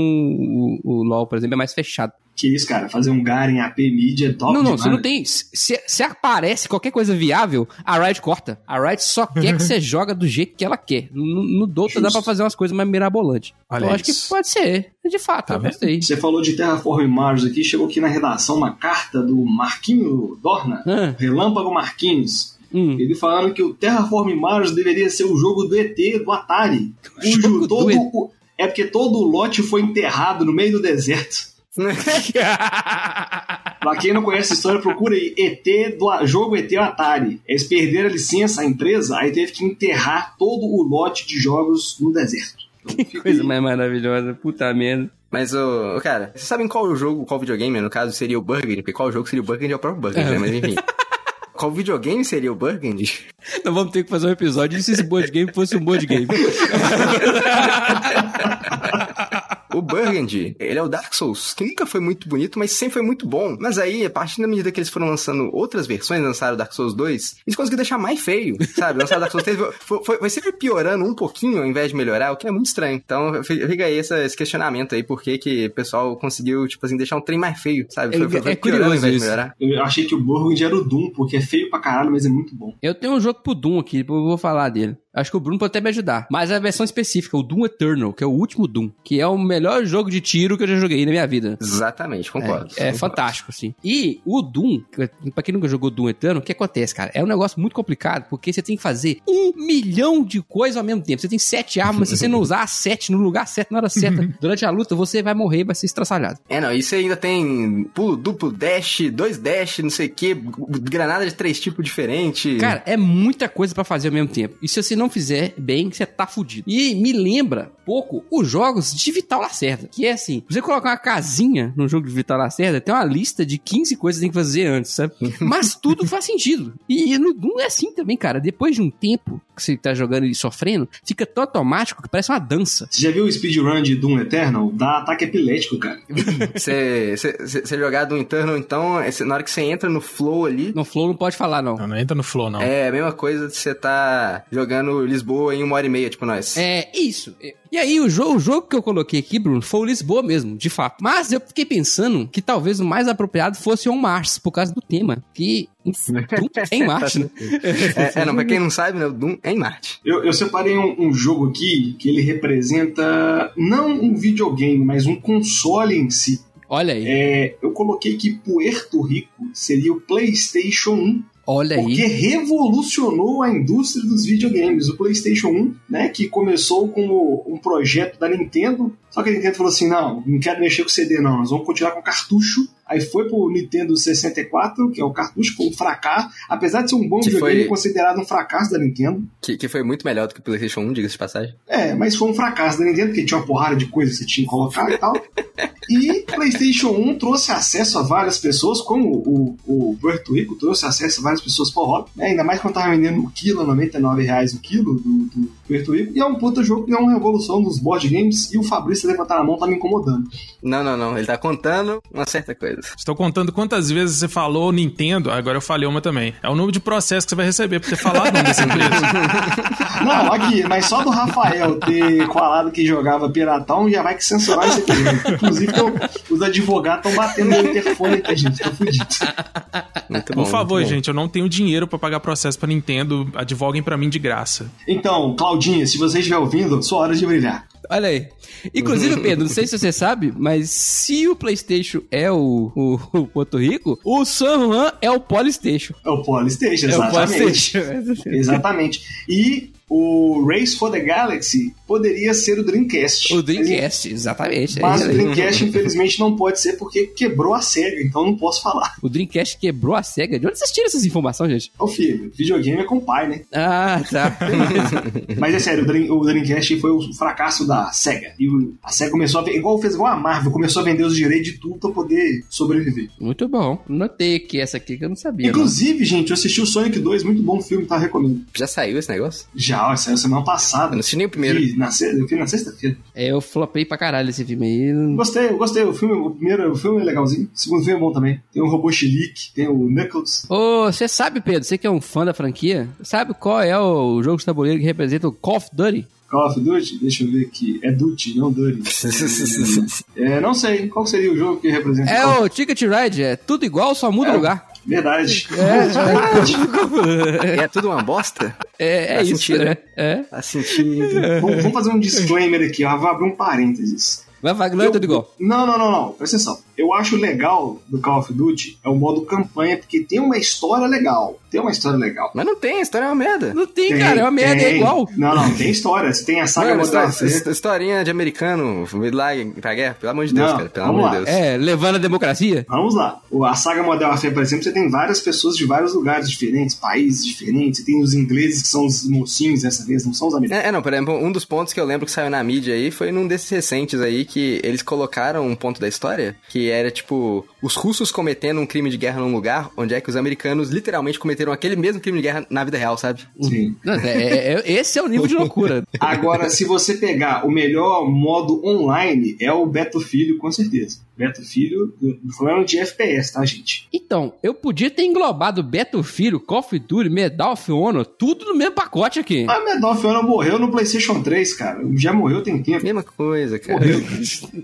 Speaker 2: com o, o LoL, por exemplo, é mais fechado.
Speaker 4: Que isso, cara? Fazer um Garen AP mídia é top
Speaker 2: não, não,
Speaker 4: demais.
Speaker 2: você não tem... Se, se aparece qualquer coisa viável, a Riot corta. A Riot só quer que você joga do jeito que ela quer. No, no Dota dá
Speaker 4: Justo.
Speaker 2: pra fazer umas coisas mais mirabolantes.
Speaker 1: Olha
Speaker 2: eu acho que
Speaker 1: isso.
Speaker 2: pode ser, de fato,
Speaker 1: Tá
Speaker 2: eu
Speaker 1: vendo?
Speaker 2: gostei.
Speaker 4: Você falou de Terraform e Mars aqui, chegou aqui na redação uma carta do Marquinho Dorna,
Speaker 2: Ah,
Speaker 4: Relâmpago Marquinhos,
Speaker 2: hum.
Speaker 4: ele falando que o Terraform e Mars deveria ser o jogo do ET do Atari. cujo
Speaker 2: jogo do
Speaker 4: todo
Speaker 2: ET.
Speaker 4: o- é porque todo o lote foi enterrado no meio do deserto. Pra quem não conhece a história, procura aí ET do a- jogo ET Atari. Eles perderam a licença, a empresa, aí teve que enterrar todo o lote de jogos no deserto. Então, fica
Speaker 2: Coisa
Speaker 4: aí.
Speaker 2: mais maravilhosa, puta merda.
Speaker 3: Mas, ô, ô, cara, vocês sabem qual é o jogo, qual videogame, no caso, seria o Burgundy? Porque qual jogo seria o Burgundy é o próprio Burgundy, né? Mas enfim. qual videogame seria o Burgundy?
Speaker 2: Nós vamos ter que fazer um episódio e se esse board game fosse um board game.
Speaker 3: O Burgundy, ele é o Dark Souls, que nunca foi muito bonito, mas sempre foi muito bom. Mas aí, a partir da medida que eles foram lançando outras versões, lançaram o Dark Souls 2, eles conseguiram deixar mais feio, sabe? Lançaram o Dark Souls 3, foi, foi- foi sempre piorando um pouquinho ao invés de melhorar, o que é muito estranho. Então, fi- fica aí essa- esse questionamento aí, por que que o pessoal conseguiu, tipo assim, deixar um trem mais feio, sabe?
Speaker 2: É-
Speaker 3: Foi, foi, foi
Speaker 2: é
Speaker 3: piorando ao
Speaker 2: curioso
Speaker 3: invés de
Speaker 2: isso.
Speaker 3: melhorar.
Speaker 4: Eu achei que o Burgundy era o Doom, porque é feio pra caralho, mas é muito bom.
Speaker 2: Eu tenho um jogo pro Doom aqui, depois eu vou falar dele. Acho que o Bruno pode até me ajudar. Mas é a versão específica, o Doom Eternal, que é o último Doom, que é o melhor jogo de tiro que eu já joguei na minha vida.
Speaker 3: Exatamente, concordo.
Speaker 2: É, é
Speaker 3: Concordo.
Speaker 2: fantástico, assim. E o Doom, que- pra quem nunca jogou Doom Eterno, o que acontece, cara? É um negócio muito complicado, porque você tem que fazer um milhão de coisas ao mesmo tempo. Você tem sete armas, mas se você não usar as sete no lugar certo, na hora certa, durante a luta, você vai morrer, vai ser estraçalhado.
Speaker 3: É, não, isso ainda tem pulo duplo, dash, dois dash, não sei o que, granada de três tipos diferentes.
Speaker 2: Cara, é muita coisa pra fazer ao mesmo tempo. E se você não fizer bem, você tá fudido. E me lembra pouco os jogos de Vital Lacerda. Que é assim: você colocar uma casinha no jogo de Vital Lacerda, tem uma lista de 15 coisas que tem que fazer antes, sabe? Mas tudo faz sentido. E no Doom é assim também, cara. Depois de um tempo que você tá jogando e sofrendo, fica tão automático que parece uma dança.
Speaker 4: Você já viu o speedrun de Doom Eternal? Dá ataque epilético, cara.
Speaker 3: Você jogar do interno, então, é cê- na hora que você entra no flow ali,
Speaker 2: No Flow não pode falar, não.
Speaker 1: Não, não entra no flow, não.
Speaker 3: é a mesma coisa de você tá jogando Lisboa em uma hora e meia, tipo nós.
Speaker 2: É, isso. E aí, o jogo, o jogo que eu coloquei aqui, Bruno, foi o Lisboa mesmo, de fato. Mas eu fiquei pensando que talvez o mais apropriado fosse o Mars, por causa do tema. Que Doom é em Marte, né?
Speaker 3: É, é, não, pra quem não sabe, né, o Doom é em Marte.
Speaker 4: Eu, eu separei um, um jogo aqui que ele representa não um videogame, mas um console em si.
Speaker 2: Olha aí,
Speaker 4: É, eu coloquei que Puerto Rico seria o PlayStation 1,
Speaker 2: olha aí.
Speaker 4: porque revolucionou a indústria dos videogames. O PlayStation 1, né, que começou como um projeto da Nintendo, só que a Nintendo falou assim: não, não quero mexer com CD, não, nós vamos continuar com cartucho. Aí foi pro Nintendo 64, que é o cartucho, foi um fracasso. Apesar de ser um bom
Speaker 3: Que
Speaker 4: videogame,
Speaker 3: foi-
Speaker 4: é considerado um fracasso da Nintendo.
Speaker 3: Que, que foi muito melhor do que o PlayStation 1, diga-se de passagem.
Speaker 4: É, mas foi um fracasso da Nintendo, porque tinha uma porrada de coisa que você tinha que colocar e tal. E PlayStation 1 trouxe acesso a várias pessoas, como o, o Puerto Rico trouxe acesso a várias pessoas pro hobby, né? ainda mais quando tava vendendo o quilo, R$ 99 reais o quilo do, do Puerto Rico. E é um puta jogo que é uma revolução dos board games, e o Fabrício levantar a mão tá me incomodando.
Speaker 3: Não, não, não. Ele tá contando uma certa coisa.
Speaker 1: Estou contando quantas vezes você falou Nintendo, agora eu falei uma também. É o número de processo que você vai receber por ter falado o nome dessa empresa.
Speaker 4: Não, aqui, mas só do Rafael ter falado que jogava Piratão já vai que censurar esse episódio. Inclusive, eu- os advogados estão batendo no interfone aqui, gente, tô fudido.
Speaker 3: Muito bom.
Speaker 1: Por favor,
Speaker 3: muito bom.
Speaker 1: gente, eu não tenho dinheiro pra pagar processo pra Nintendo, advoguem pra mim de graça.
Speaker 4: Então, Claudinha, se você estiver ouvindo, sua hora de brilhar.
Speaker 2: Olha aí. Inclusive, Pedro, não sei se você sabe, mas se o PlayStation é o, o, o Porto Rico, o San Juan é o Polystation.
Speaker 4: É o Polystation,
Speaker 2: É o
Speaker 4: exatamente.
Speaker 2: Polystation.
Speaker 4: exatamente. E o Race for the Galaxy poderia ser o Dreamcast.
Speaker 2: O Dreamcast, exatamente.
Speaker 4: Mas o
Speaker 2: É isso aí.
Speaker 4: Dreamcast, infelizmente, não pode ser porque quebrou a SEGA, então não posso falar.
Speaker 2: O Dreamcast quebrou a SEGA. De onde vocês tiram essas informações, gente?
Speaker 4: Ô filho, videogame é com pai, né?
Speaker 2: Ah, tá.
Speaker 4: Mas é sério, o, Dream- o Dreamcast foi o fracasso da SEGA. E o- a SEGA começou a ver, igual fez igual a Marvel, começou a vender os direitos de tudo pra poder sobreviver.
Speaker 2: Muito bom. Notei aqui essa aqui que eu não sabia. não.
Speaker 4: Inclusive, gente, eu assisti o Sonic 2, muito bom filme, tá? Recomendo.
Speaker 3: Já saiu esse negócio?
Speaker 4: Já, ó, saiu semana
Speaker 3: Eu
Speaker 4: passada.
Speaker 3: não assisti nem o primeiro.
Speaker 4: Vi na se- eu vi na sexta-feira.
Speaker 2: É, eu flopei pra caralho esse filme aí.
Speaker 4: Gostei, eu gostei. O filme, o primeiro o filme é legalzinho. O segundo filme é bom também. Tem o robô Chilique, tem o Knuckles.
Speaker 2: Ô, você sabe, Pedro, você que é um fã da franquia, sabe qual é o jogo de tabuleiro que representa o Call of Duty?
Speaker 4: Call of Duty, deixa eu ver aqui. É Duty, não Duty. é, não sei, qual seria o jogo que representa
Speaker 2: É
Speaker 4: Call of
Speaker 2: o Ticket Ride, é tudo igual, só muda o lugar.
Speaker 4: Duty? Verdade.
Speaker 3: é tudo uma bosta?
Speaker 2: É, é
Speaker 3: Faz
Speaker 2: isso,
Speaker 3: sentido,
Speaker 2: né? É.
Speaker 3: Tá sentindo.
Speaker 4: vamos, vamos fazer um disclaimer aqui, ó. Vou abrir um parênteses.
Speaker 2: Vai, vai, não é
Speaker 4: Eu-
Speaker 2: tudo igual.
Speaker 4: Não, não, não, não. Presta atenção. Eu acho legal do Call of Duty é o modo campanha, porque tem uma história legal. Tem uma história legal.
Speaker 3: Mas não tem, a história é uma merda.
Speaker 2: Não tem, cara, é uma merda, é
Speaker 4: tem.
Speaker 2: igual.
Speaker 4: Não, não, tem história. Tem a saga
Speaker 3: Mano,
Speaker 4: Modern
Speaker 3: história,
Speaker 4: Warfare.
Speaker 3: tá, his- historinha de americano lá em- pra guerra, pelo amor de Deus,
Speaker 4: Não,
Speaker 3: cara. Pelo
Speaker 4: vamos
Speaker 3: amor de
Speaker 4: lá.
Speaker 3: Deus.
Speaker 2: É, levando a democracia.
Speaker 4: Vamos lá. O- A saga Modern Warfare, por exemplo, você tem várias pessoas de vários lugares diferentes, países diferentes. Você tem os ingleses que são os mocinhos dessa vez, não são os americanos.
Speaker 3: É, é, não, por exemplo, um dos pontos que eu lembro que saiu na mídia aí foi num desses recentes aí que eles colocaram um ponto da história que era tipo os russos cometendo um crime de guerra num lugar onde é que os americanos literalmente cometeram aquele mesmo crime de guerra na vida real, sabe?
Speaker 4: Sim.
Speaker 2: Não, é- é- é- esse é o nível de loucura.
Speaker 4: Agora, se você pegar o melhor modo online, é o Beto Filho, com certeza. Beto Filho, eu- falando de FPS, tá, gente?
Speaker 2: Então, eu podia ter englobado Beto Filho, Call of Duty, Medal of Honor, tudo no mesmo pacote aqui.
Speaker 4: Ah, Medal of Honor morreu no PlayStation 3, cara. Já morreu tem tempo.
Speaker 3: Mesma coisa, cara.
Speaker 4: Morreu.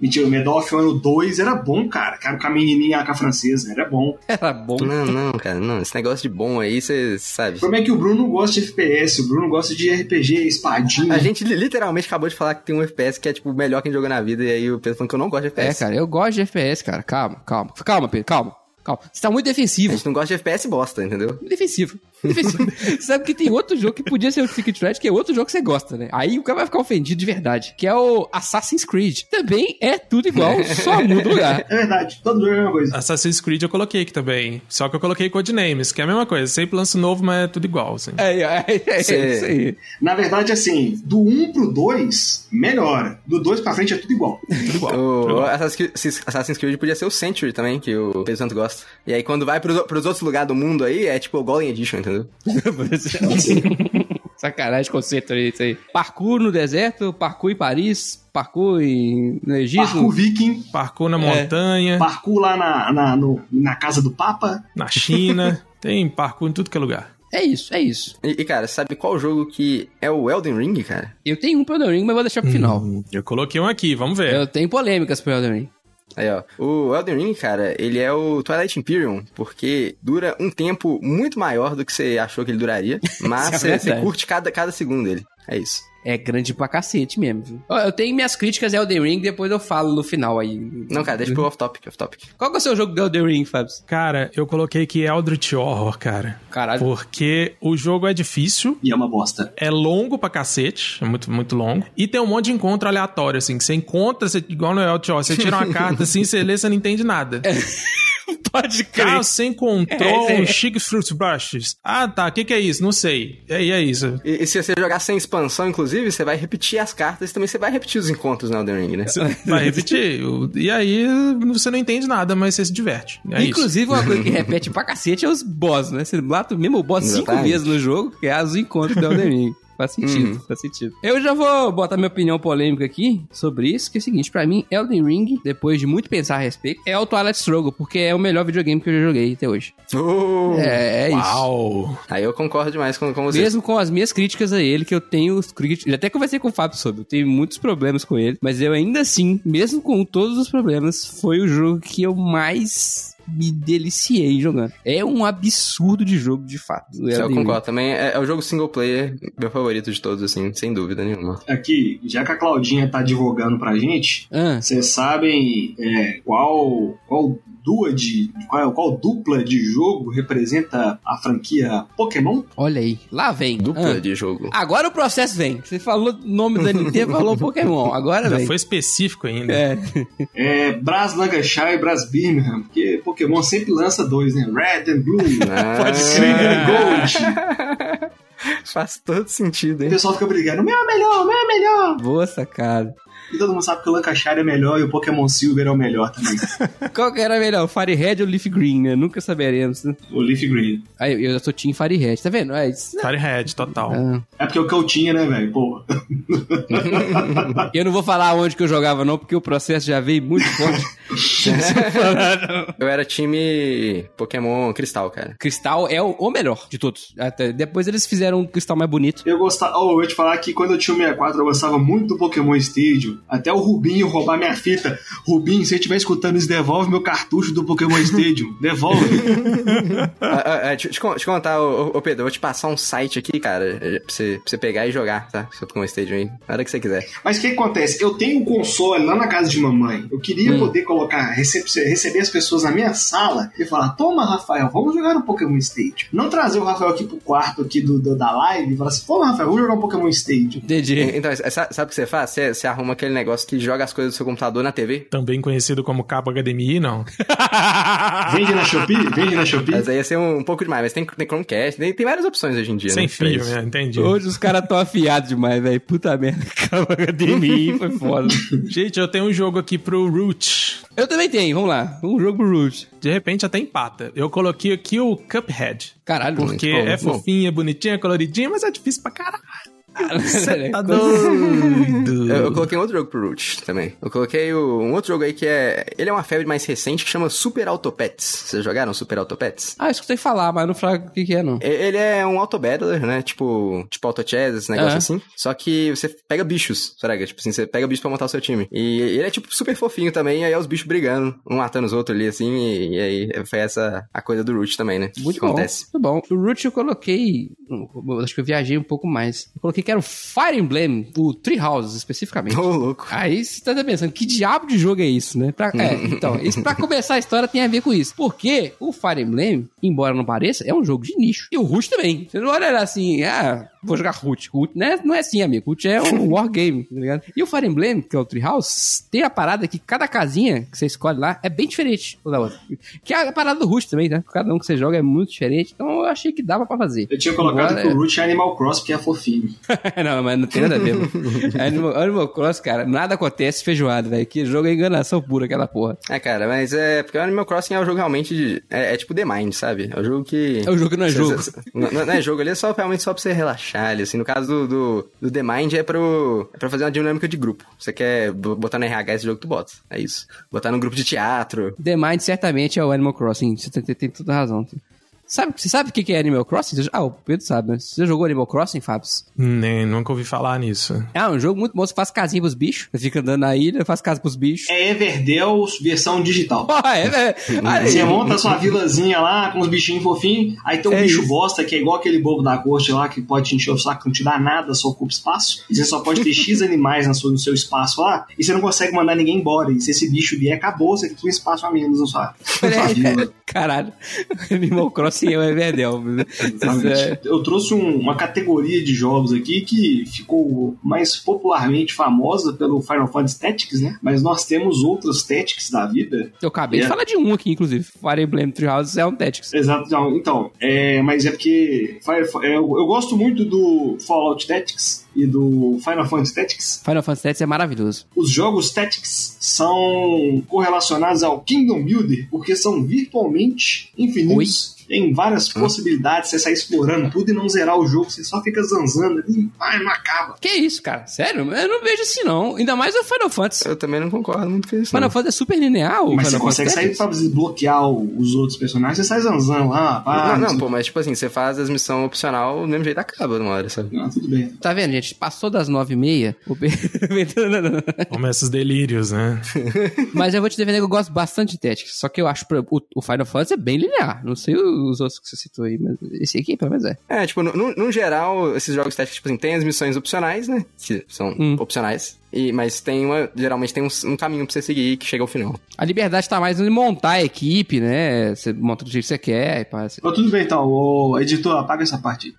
Speaker 4: Mentira, o Medal of Honor 2 era bom, cara. Cara, com a menininha AK francesa, era bom.
Speaker 2: Era bom.
Speaker 3: Não, não, cara, não. Esse negócio de bom aí, você sabe.
Speaker 4: Como é que o Bruno gosta de FPS? O Bruno gosta de RPG, espadinha.
Speaker 3: A gente li- literalmente acabou de falar que tem um FPS que é, tipo, o melhor que a gente jogou na vida, e aí o Pedro falando que eu não gosto de
Speaker 2: É,
Speaker 3: FPS.
Speaker 2: cara, eu gosto de FPS, cara. Calma, calma. Calma, Pedro, calma. Calma. Você tá muito
Speaker 3: A
Speaker 2: defensivo.
Speaker 3: gente não gosta de FPS bosta, entendeu?
Speaker 2: Muito defensivo. Muito defensivo. Sabe que tem outro jogo que podia ser o Ticket Red, que é outro jogo que você gosta, né? Aí o cara vai ficar ofendido de verdade, que é o Assassin's Creed. Também é tudo igual, só muda o lugar.
Speaker 4: É verdade, todo jogo é a mesma coisa.
Speaker 1: Assassin's Creed eu coloquei aqui também. Só que eu coloquei Codenames, que é a mesma coisa. Sempre lanço novo, mas é tudo igual, assim.
Speaker 2: É, é, é, é
Speaker 3: Cê-
Speaker 2: isso aí.
Speaker 4: Na verdade, assim, do 1 pro 2, melhora. Do 2 pra frente é tudo igual.
Speaker 1: Tudo igual. tudo
Speaker 3: O
Speaker 1: igual.
Speaker 3: Assassin's Creed- Assassin's Creed podia ser o Century também, que o Pedro Santo gosta. E aí quando vai pros, o- pros outros lugares do mundo aí, é tipo o Golden Edition, entendeu?
Speaker 2: Sacanagem conceito aí, isso aí. Parkour no deserto, parkour em Paris, parkour em... no Egito.
Speaker 4: Parkour viking,
Speaker 1: Parkour
Speaker 3: É.
Speaker 1: na montanha,
Speaker 4: parkour lá na, na, no- na casa do Papa.
Speaker 1: na China. Tem parkour em tudo que é lugar.
Speaker 2: É isso, é isso.
Speaker 3: E, e, cara, sabe qual jogo que é o Elden Ring, cara?
Speaker 2: Eu tenho um pro Elden Ring, mas vou deixar pro final.
Speaker 1: Eu coloquei um aqui, vamos ver.
Speaker 2: Eu tenho polêmicas pro Elden Ring.
Speaker 3: Aí, ó. O Elden Ring, cara, ele é o Twilight Imperium, porque dura um tempo muito maior do que você achou que ele duraria, mas
Speaker 2: Isso é
Speaker 3: você- você
Speaker 2: verdade.
Speaker 3: curte cada, cada segundo dele. É isso.
Speaker 2: É grande pra cacete mesmo. viu? Ó, Eu tenho minhas críticas a Elden Ring, depois eu falo no final aí.
Speaker 3: Não, cara, deixa pro off-topic, off-topic.
Speaker 2: Qual que é o seu jogo do Elden Ring, Fábio?
Speaker 1: Cara, eu coloquei aqui Eldritch Horror, cara.
Speaker 2: Caralho.
Speaker 1: Porque o jogo é difícil,
Speaker 4: E é uma bosta.
Speaker 1: é longo pra cacete, é muito, muito longo. E tem um monte de encontro aleatório, assim, que você encontra, você, igual no Eldritch Horror, você tira uma carta assim, você lê, você não entende nada.
Speaker 2: Pode crer.
Speaker 1: Carro sem control,
Speaker 2: É, é.
Speaker 1: chic um fruit brushes. Ah, tá. O que, que é isso? Não sei. É, é isso.
Speaker 3: E, e se você jogar sem expansão, inclusive, você vai repetir as cartas e também você vai repetir os encontros no Elden Ring, né?
Speaker 1: Vai repetir. E aí você não entende nada, mas você se diverte. É isso.
Speaker 2: Inclusive, uma coisa que repete pra cacete é os boss, né? Você mata o mesmo boss cinco
Speaker 3: Exatamente.
Speaker 2: vezes no jogo, que é as encontros do Elden Ring. Faz sentido, faz sentido. Eu já vou botar minha opinião polêmica aqui sobre isso, que é o seguinte, pra mim, Elden Ring, depois de muito pensar a respeito, é o Twilight Struggle, porque é o melhor videogame que eu já joguei até hoje.
Speaker 3: Uh,
Speaker 2: É, é isso.
Speaker 1: Uau!
Speaker 3: Aí eu concordo demais com, com você.
Speaker 2: Mesmo com as minhas críticas a ele, que eu tenho os críticas. Eu até conversei com o Fábio sobre, eu tenho muitos problemas com ele, mas eu ainda assim, mesmo com todos os problemas, foi o jogo que eu mais me deliciei jogando. É um absurdo de jogo, de fato. O
Speaker 3: Eu
Speaker 2: Elden Ring.
Speaker 3: concordo também. É, é o jogo single player, meu favorito de todos, assim, sem dúvida nenhuma.
Speaker 4: Aqui, já que a Claudinha tá advogando pra gente,
Speaker 2: Ah,
Speaker 4: vocês sabem é, qual, qual, dua de, qual, qual dupla de jogo representa a franquia Pokémon?
Speaker 2: olha aí. Lá vem.
Speaker 3: Dupla
Speaker 2: Ah.
Speaker 3: de jogo.
Speaker 2: Agora o processo vem. Você falou o nome da Nintendo, falou Pokémon. Agora
Speaker 1: Já
Speaker 2: vem.
Speaker 1: foi específico ainda.
Speaker 2: É.
Speaker 4: É Bras Lancashire e Bras Birmingham, porque Pokémon sempre lança dois, né? Red and Blue,
Speaker 3: Pode
Speaker 4: Silver and Gold.
Speaker 3: Faz todo sentido,
Speaker 4: O
Speaker 3: hein?
Speaker 4: pessoal fica brigando, o meu é melhor, o meu é melhor.
Speaker 2: Boa sacada.
Speaker 4: E todo mundo sabe que o Lancashire é melhor e o Pokémon Silver é o melhor também.
Speaker 2: Qual que era melhor, o Fire Red ou o Leaf Green, né? Nunca saberemos. né?
Speaker 4: o Leaf Green.
Speaker 2: Aí, eu já sou Team Fire Red, tá vendo? É, isso
Speaker 1: Firehead, total.
Speaker 2: Ah.
Speaker 4: É porque é o que eu tinha, né, velho? Pô,
Speaker 2: Eu não vou falar onde que eu jogava, não, porque o processo já veio muito forte.
Speaker 3: Eu era time Pokémon Cristal, cara.
Speaker 2: Cristal é o, o melhor de todos. Até depois eles fizeram um cristal mais bonito.
Speaker 4: eu gostava. Oh, eu vou te falar que quando eu tinha o 64, eu gostava muito do Pokémon Stadium. Até o Rubinho roubar minha fita. Rubinho, se você estiver escutando isso, devolve meu cartucho do Pokémon Stadium. Devolve.
Speaker 3: Ah, ah, ah, te, te con- te contar, ô, ô, ô, Pedro, eu vou te passar um site aqui, cara, eh, pra você, pra você pegar e jogar, tá? Seu Pokémon Stadium aí, na hora que você quiser.
Speaker 4: Mas o que acontece? Eu tenho um console lá na casa de mamãe. Eu queria
Speaker 2: Hum.
Speaker 4: poder colocar, recep- receber as pessoas na minha sala e falar: Toma, Rafael, vamos jogar no Pokémon Stadium. Não trazer o Rafael aqui pro quarto aqui do, do- da live e falar assim: Toma, Rafael, vamos jogar um Pokémon Stadium.
Speaker 2: Entendi.
Speaker 3: Então, sa- sabe o que você faz? Você, você arruma aquele negócio que joga as coisas do seu computador na TV.
Speaker 1: Também conhecido como cabo HDMI, não.
Speaker 4: Vende na Shopee? Vende na Shopee?
Speaker 3: Mas aí ia ser um, um pouco demais, mas tem, tem Chromecast, tem, tem várias opções hoje em dia,
Speaker 1: Sem
Speaker 3: né? pra
Speaker 1: fio,
Speaker 3: isso.
Speaker 1: né? Entendi.
Speaker 2: Hoje os caras tão afiados demais, velho. Puta merda. Acaba de mim, foi foda.
Speaker 1: Gente, eu tenho um jogo aqui pro Root.
Speaker 2: Eu também tenho, vamos lá. Um jogo pro Root.
Speaker 1: De repente até empata. Eu coloquei aqui o Cuphead.
Speaker 2: Caralho,
Speaker 3: Muito
Speaker 1: Porque
Speaker 3: bom,
Speaker 1: é
Speaker 3: muito bom.
Speaker 1: fofinha, bonitinha, coloridinha, mas é difícil pra caralho.
Speaker 2: caralho.
Speaker 1: Você tá
Speaker 2: É Coisa-
Speaker 1: doido.
Speaker 3: Eu,
Speaker 2: Uhum.
Speaker 3: eu coloquei um outro jogo pro Root também. Eu coloquei o- um outro jogo aí que é. Ele é uma febre mais recente que chama Super Autopets. Vocês jogaram Super Autopets?
Speaker 2: Ah, eu escutei falar, mas não falar o que, que é, não.
Speaker 3: E- Ele é um auto-battler, né? Tipo, tipo auto-chess, esse negócio
Speaker 2: Aham.
Speaker 3: assim. Só que você pega bichos, fraga. Tipo assim, você pega bichos pra montar o seu time. E ele é, tipo, super fofinho também. Aí é os bichos brigando, um matando os outros ali, assim. E, e aí foi essa a coisa do Root também, né?
Speaker 2: Muito
Speaker 3: que
Speaker 2: bom.
Speaker 3: acontece.
Speaker 2: Muito bom. O Root eu coloquei. hum, eu Acho que eu viajei um pouco mais. Eu coloquei que era o Fire Emblem, o Tree Houses especificamente.
Speaker 3: Ô, louco.
Speaker 2: Aí você tá pensando, que diabo de jogo é isso, né? Pra- é, então, isso pra começar a história tem a ver com isso. Porque o Fire Emblem, embora não pareça, é um jogo de nicho. E o Root também. Você não olha assim, ah, vou jogar Root. Root né? não é assim, amigo. Root é um wargame, tá ligado? E o Fire Emblem, que é o Treehouse, tem a parada que cada casinha que você escolhe lá é bem diferente uma da outra. Que é a parada do Root também, né? Cada um que você joga é muito diferente. Então eu achei que dava pra fazer.
Speaker 4: Eu tinha colocado
Speaker 2: Agora
Speaker 4: que
Speaker 2: é.
Speaker 4: o Root é Animal Cross, porque é fofinho.
Speaker 2: não, mas não tem nada a ver. mano. Animal, Animal Cross, cara, nada acontece feijoado, velho. Que jogo é enganação pura, aquela porra.
Speaker 3: É, cara, mas é. Porque o Animal Crossing é um jogo realmente. de- é, é tipo The Mind, sabe? É um jogo que.
Speaker 2: É o jogo que não é
Speaker 3: Cê-
Speaker 2: jogo.
Speaker 3: cê- Não, não é jogo, ali é só realmente só pra você relaxar ali, assim. No caso do, do, do The Mind é, pro, é pra fazer uma dinâmica de grupo. Você quer b- botar no RH esse jogo, tu bota. É isso. Botar num grupo de teatro.
Speaker 2: The Mind certamente é o Animal Crossing. Você tem, tem- tem toda a razão. Sabe, você sabe o que que é Animal Crossing? Você- Ah, o Pedro sabe, né? Você jogou Animal Crossing, Fábio?
Speaker 1: Nem, nunca ouvi falar nisso.
Speaker 2: É um jogo muito bom. Você faz casinha pros bichos. Você fica andando na ilha, faz casa pros bichos.
Speaker 4: É Everdell versão digital.
Speaker 2: Porra, é, velho. Olha aí.
Speaker 4: Você monta sua vilazinha lá com os bichinhos fofinhos, aí tem um
Speaker 2: É
Speaker 4: bicho
Speaker 2: isso.
Speaker 4: bosta que é igual aquele bobo da corte lá que pode te encher o saco, não te dá nada, só ocupa espaço. E você só pode ter X animais na sua- no seu espaço lá e você não consegue mandar ninguém embora. E se esse um
Speaker 2: É,
Speaker 4: bicho vier, acabou, você fica com espaço a menos na sua, na sua vila.
Speaker 2: Caralho. Animal Crossing Sim, é o Everdell. É,
Speaker 4: Exatamente. Eu trouxe um- uma categoria de jogos aqui que ficou mais popularmente famosa pelo Final Fantasy Tactics, né? Mas nós temos outras Tactics da vida.
Speaker 2: Eu acabei de
Speaker 4: Yeah.
Speaker 2: falar de um aqui, inclusive. Fire Emblem Three Houses é um Tactics.
Speaker 4: Exato, não, então, é, mas é porque Fire- é, eu, eu gosto muito do Fallout Tactics e do Final Fantasy Tactics.
Speaker 2: Final Fantasy Tactics é maravilhoso.
Speaker 4: Os jogos Tactics são correlacionados ao Kingdom Builder porque são virtualmente infinitos. Tem várias possibilidades, você sai explorando tudo e não zerar o jogo, você só fica zanzando ali, ah, não acaba.
Speaker 2: Que isso, cara? Sério? Eu não vejo assim, não. Ainda mais o Final Fantasy.
Speaker 3: Eu também não concordo muito com isso.
Speaker 2: Final Fantasy é super linear. o
Speaker 4: Mas você
Speaker 2: Final
Speaker 4: consegue
Speaker 2: Fantasy é
Speaker 4: sair
Speaker 2: Tactics.
Speaker 4: pra desbloquear o- os outros personagens, você sai zanzando lá, pá,
Speaker 3: não, não,
Speaker 4: isso-
Speaker 3: pô, mas tipo assim, você faz as missões opcional, do mesmo jeito acaba numa hora, sabe?
Speaker 4: Não, tudo bem.
Speaker 2: Tá vendo, gente? Passou das nove e meia. o Pe-
Speaker 1: Como esses delírios, né?
Speaker 2: Mas eu vou te defender que eu gosto bastante de Tactics. Só que eu acho pra- o, o Final Fantasy é bem linear. Não sei os outros que você citou aí, mas esse aqui pelo menos é.
Speaker 3: É, tipo, no, no- no geral, esses jogos táticos, tipo assim, tem as missões opcionais, né? Que são
Speaker 2: Hum.
Speaker 3: opcionais. E, mas tem uma. Geralmente tem um, um caminho pra você seguir que chega ao final.
Speaker 2: A liberdade tá mais em montar a equipe, né? Você monta do jeito que você quer. e pá, assim.
Speaker 4: Mas tudo bem então, ô, editor, apaga essa parte.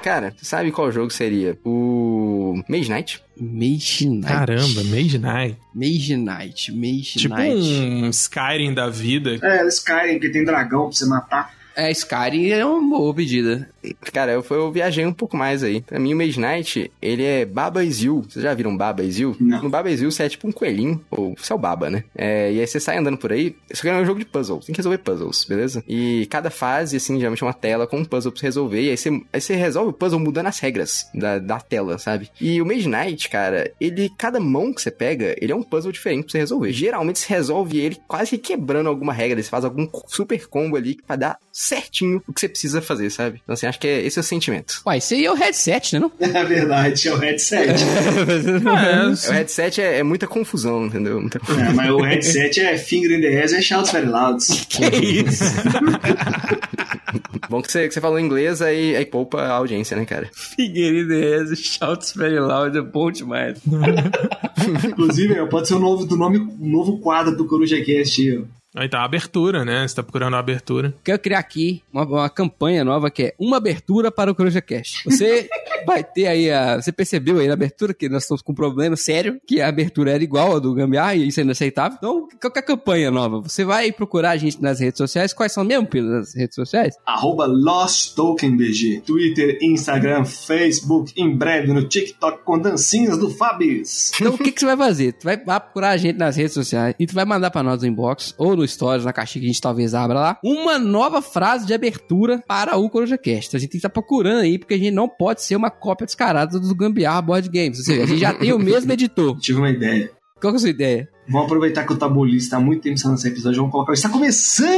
Speaker 3: Cara, você sabe qual jogo seria? O. Mage Knight?
Speaker 2: Mage Knight.
Speaker 1: Caramba, Mage Knight.
Speaker 2: Mage Knight. Mage
Speaker 1: Tipo
Speaker 2: Knight.
Speaker 1: um Skyrim da vida.
Speaker 4: É, Skyrim, que tem dragão pra você matar.
Speaker 2: É, Skyrim é uma boa pedida.
Speaker 3: Cara, eu, fui- eu viajei um pouco mais aí. Pra mim, o Mage Knight, ele é Baba Is You. Vocês já viram Baba Is You?
Speaker 4: Não.
Speaker 3: No Baba Is You, você é tipo um coelhinho, ou você é o Baba, né? É, e aí você sai andando por aí. Isso aqui é um jogo de puzzle. Você tem que resolver puzzles, beleza? E cada fase, assim, geralmente é uma tela com um puzzle pra você resolver. E aí você, aí você resolve o puzzle mudando as regras da, da tela, sabe? E o Mage Knight, cara, ele, cada mão que você pega, ele é um puzzle diferente pra você resolver. Geralmente você resolve ele quase que quebrando alguma regra. Você faz algum super combo ali pra dar certinho o que você precisa fazer, sabe? Então, assim, acho que é, esse é o sentimento.
Speaker 2: Uai, isso aí é o headset, né? Não?
Speaker 4: É verdade, é o headset.
Speaker 1: É,
Speaker 3: O headset é, é muita confusão, entendeu? Muita confusão.
Speaker 4: É, mas o headset é Finger in the Ass é Shouts Very Louds.
Speaker 2: que isso?
Speaker 3: Bom que você, que você falou inglês, aí, aí poupa a audiência, né, cara?
Speaker 2: Figueiredo Reza, Shouts Very Loud, é bom demais.
Speaker 4: Inclusive, ó, pode ser o novo, do nome, o novo quadro do Coruja Cast. aí, ó.
Speaker 1: Aí tá a abertura, né? Você tá procurando a abertura.
Speaker 2: Quero criar aqui uma, uma campanha nova que é uma abertura para o Coruja Cast. Você vai ter aí a. Você percebeu aí na abertura que nós estamos com um problema sério, que a abertura era igual a do Gambiar e isso é inaceitável. Então, qual que é a campanha nova? Você vai procurar a gente nas redes sociais. Quais são mesmo, Pino, nas redes sociais?
Speaker 4: Arroba Lost Token BG. Twitter, Instagram, Facebook, em breve no TikTok com dancinhas do Fabis.
Speaker 2: Então, o que, que você vai fazer? Tu vai lá procurar a gente nas redes sociais e tu vai mandar pra nós no inbox ou no stories, na caixinha que a gente talvez abra lá, uma nova frase de abertura para o CorujaCast. A gente tem que estar procurando aí, porque a gente não pode ser uma cópia descarada do Gambiarra Board Games. Ou seja, a gente já tem o mesmo editor.
Speaker 4: Tive uma ideia.
Speaker 2: Qual que é a sua ideia?
Speaker 4: Vamos aproveitar que o Tabulista está há muito tempo sem lançar episódio. Vamos colocar. Está começando!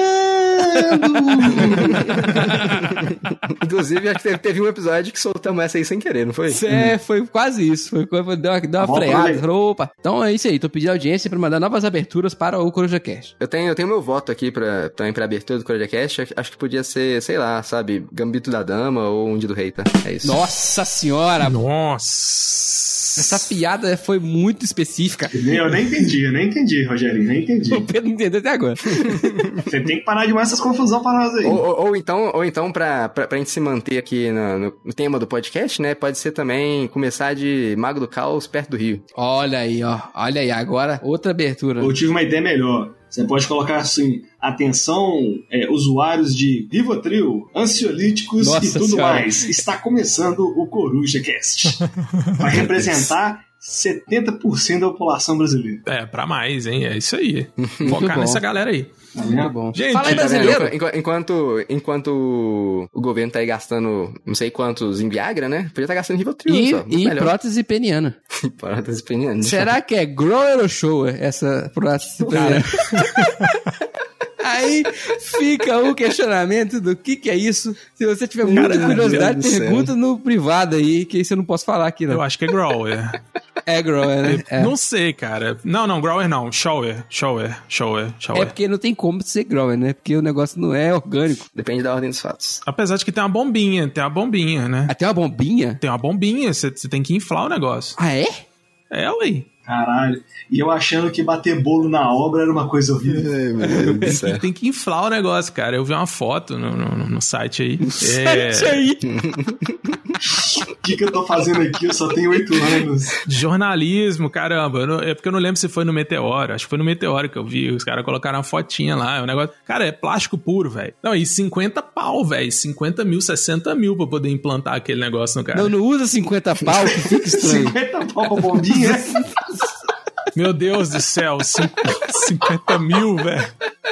Speaker 3: Inclusive, acho que teve, teve um episódio que soltamos essa aí sem querer, não foi?
Speaker 2: É, foi quase isso. Foi, foi, deu uma, deu uma
Speaker 4: Volta
Speaker 2: freada.
Speaker 4: aí.
Speaker 2: Falou, opa. Então é isso aí. Tô pedindo audiência pra mandar novas aberturas para o CorujaCast.
Speaker 3: Eu tenho, eu tenho meu voto aqui pra, também pra abertura do Coruja Cast. Acho- Acho que podia ser, sei lá, sabe, Gambito da Dama ou Onde do Rei, tá? É isso.
Speaker 2: Nossa senhora!
Speaker 1: Nossa!
Speaker 2: Essa piada foi muito específica.
Speaker 4: eu nem entendi, eu nem entendi, Rogerinho, nem entendi.
Speaker 2: O Pedro não entendeu até agora.
Speaker 4: Você tem que parar de mais essas confusão para nós aí.
Speaker 3: Ou, ou- ou então, ou então pra, pra, pra gente se manter aqui no, no tema do podcast, né? Pode ser também começar de Mago do Caos perto do Rio.
Speaker 2: Olha aí, ó. Olha aí, agora outra abertura.
Speaker 4: Eu tive uma ideia melhor. Você pode colocar assim: atenção, é, usuários de Rivotril, ansiolíticos
Speaker 2: Nossa
Speaker 4: e tudo
Speaker 2: Senhora.
Speaker 4: mais. Está começando o Coruja Cast. Vai representar 70% da população brasileira.
Speaker 1: É, pra mais, hein? É isso aí.
Speaker 2: Muito
Speaker 1: Focar
Speaker 2: bom.
Speaker 1: nessa galera aí.
Speaker 4: Tá
Speaker 2: Muito
Speaker 4: vendo?
Speaker 2: bom.
Speaker 1: Gente,
Speaker 2: Fala aí,
Speaker 1: tá
Speaker 2: É brasileiro.
Speaker 3: Enqu- Enquanto, enquanto o governo tá aí gastando não sei quantos em Viagra, né? Podia estar gastando em Rivotril
Speaker 2: E,
Speaker 3: só. muito
Speaker 2: e
Speaker 3: melhor.
Speaker 2: prótese peniana.
Speaker 3: Prótese peniana.
Speaker 2: Será que é grower ou shower essa prótese peniana? Aí fica o questionamento do que que é isso. Se você tiver muita
Speaker 3: Cara,
Speaker 2: curiosidade,
Speaker 3: meu Deus do
Speaker 2: pergunta no privado aí, que isso eu não posso falar aqui,
Speaker 1: Eu
Speaker 2: não.
Speaker 1: acho que é Growler.
Speaker 2: É grower, né? É.
Speaker 1: Não sei, cara. Não, não, Growler não. Shower, shower, shower, shower.
Speaker 2: É porque não tem como ser grower, né? Porque o negócio não é orgânico.
Speaker 3: Depende da ordem dos fatos.
Speaker 1: Apesar de que tem uma bombinha, tem uma bombinha, né?
Speaker 2: Até uma bombinha.
Speaker 1: Tem uma bombinha, você você tem que inflar o negócio.
Speaker 2: Ah, é?
Speaker 1: É, ué.
Speaker 4: Caralho. E eu achando que bater bolo na obra era uma coisa horrível.
Speaker 2: É.
Speaker 3: Ai, É, meu Deus do
Speaker 1: Tem
Speaker 3: céu.
Speaker 1: que, tem que inflar o negócio, cara. Eu vi uma foto no, no- no site aí. É,
Speaker 2: Isso aí.
Speaker 4: O que, que eu tô fazendo aqui? Eu só tenho oito anos.
Speaker 1: jornalismo, caramba. Eu não- é porque eu não lembro se foi no Meteoro. Acho que foi no Meteoro que eu vi. Os caras colocaram uma fotinha lá. é um negócio. Cara, é plástico puro, velho. Não, e 50 pau, velho. 50 mil, 60 mil pra poder implantar aquele negócio no cara.
Speaker 2: Não, não usa 50 pau que fica estranho.
Speaker 4: 50 pau pra bombinha?
Speaker 1: Meu Deus do céu, cin- 50 mil, velho.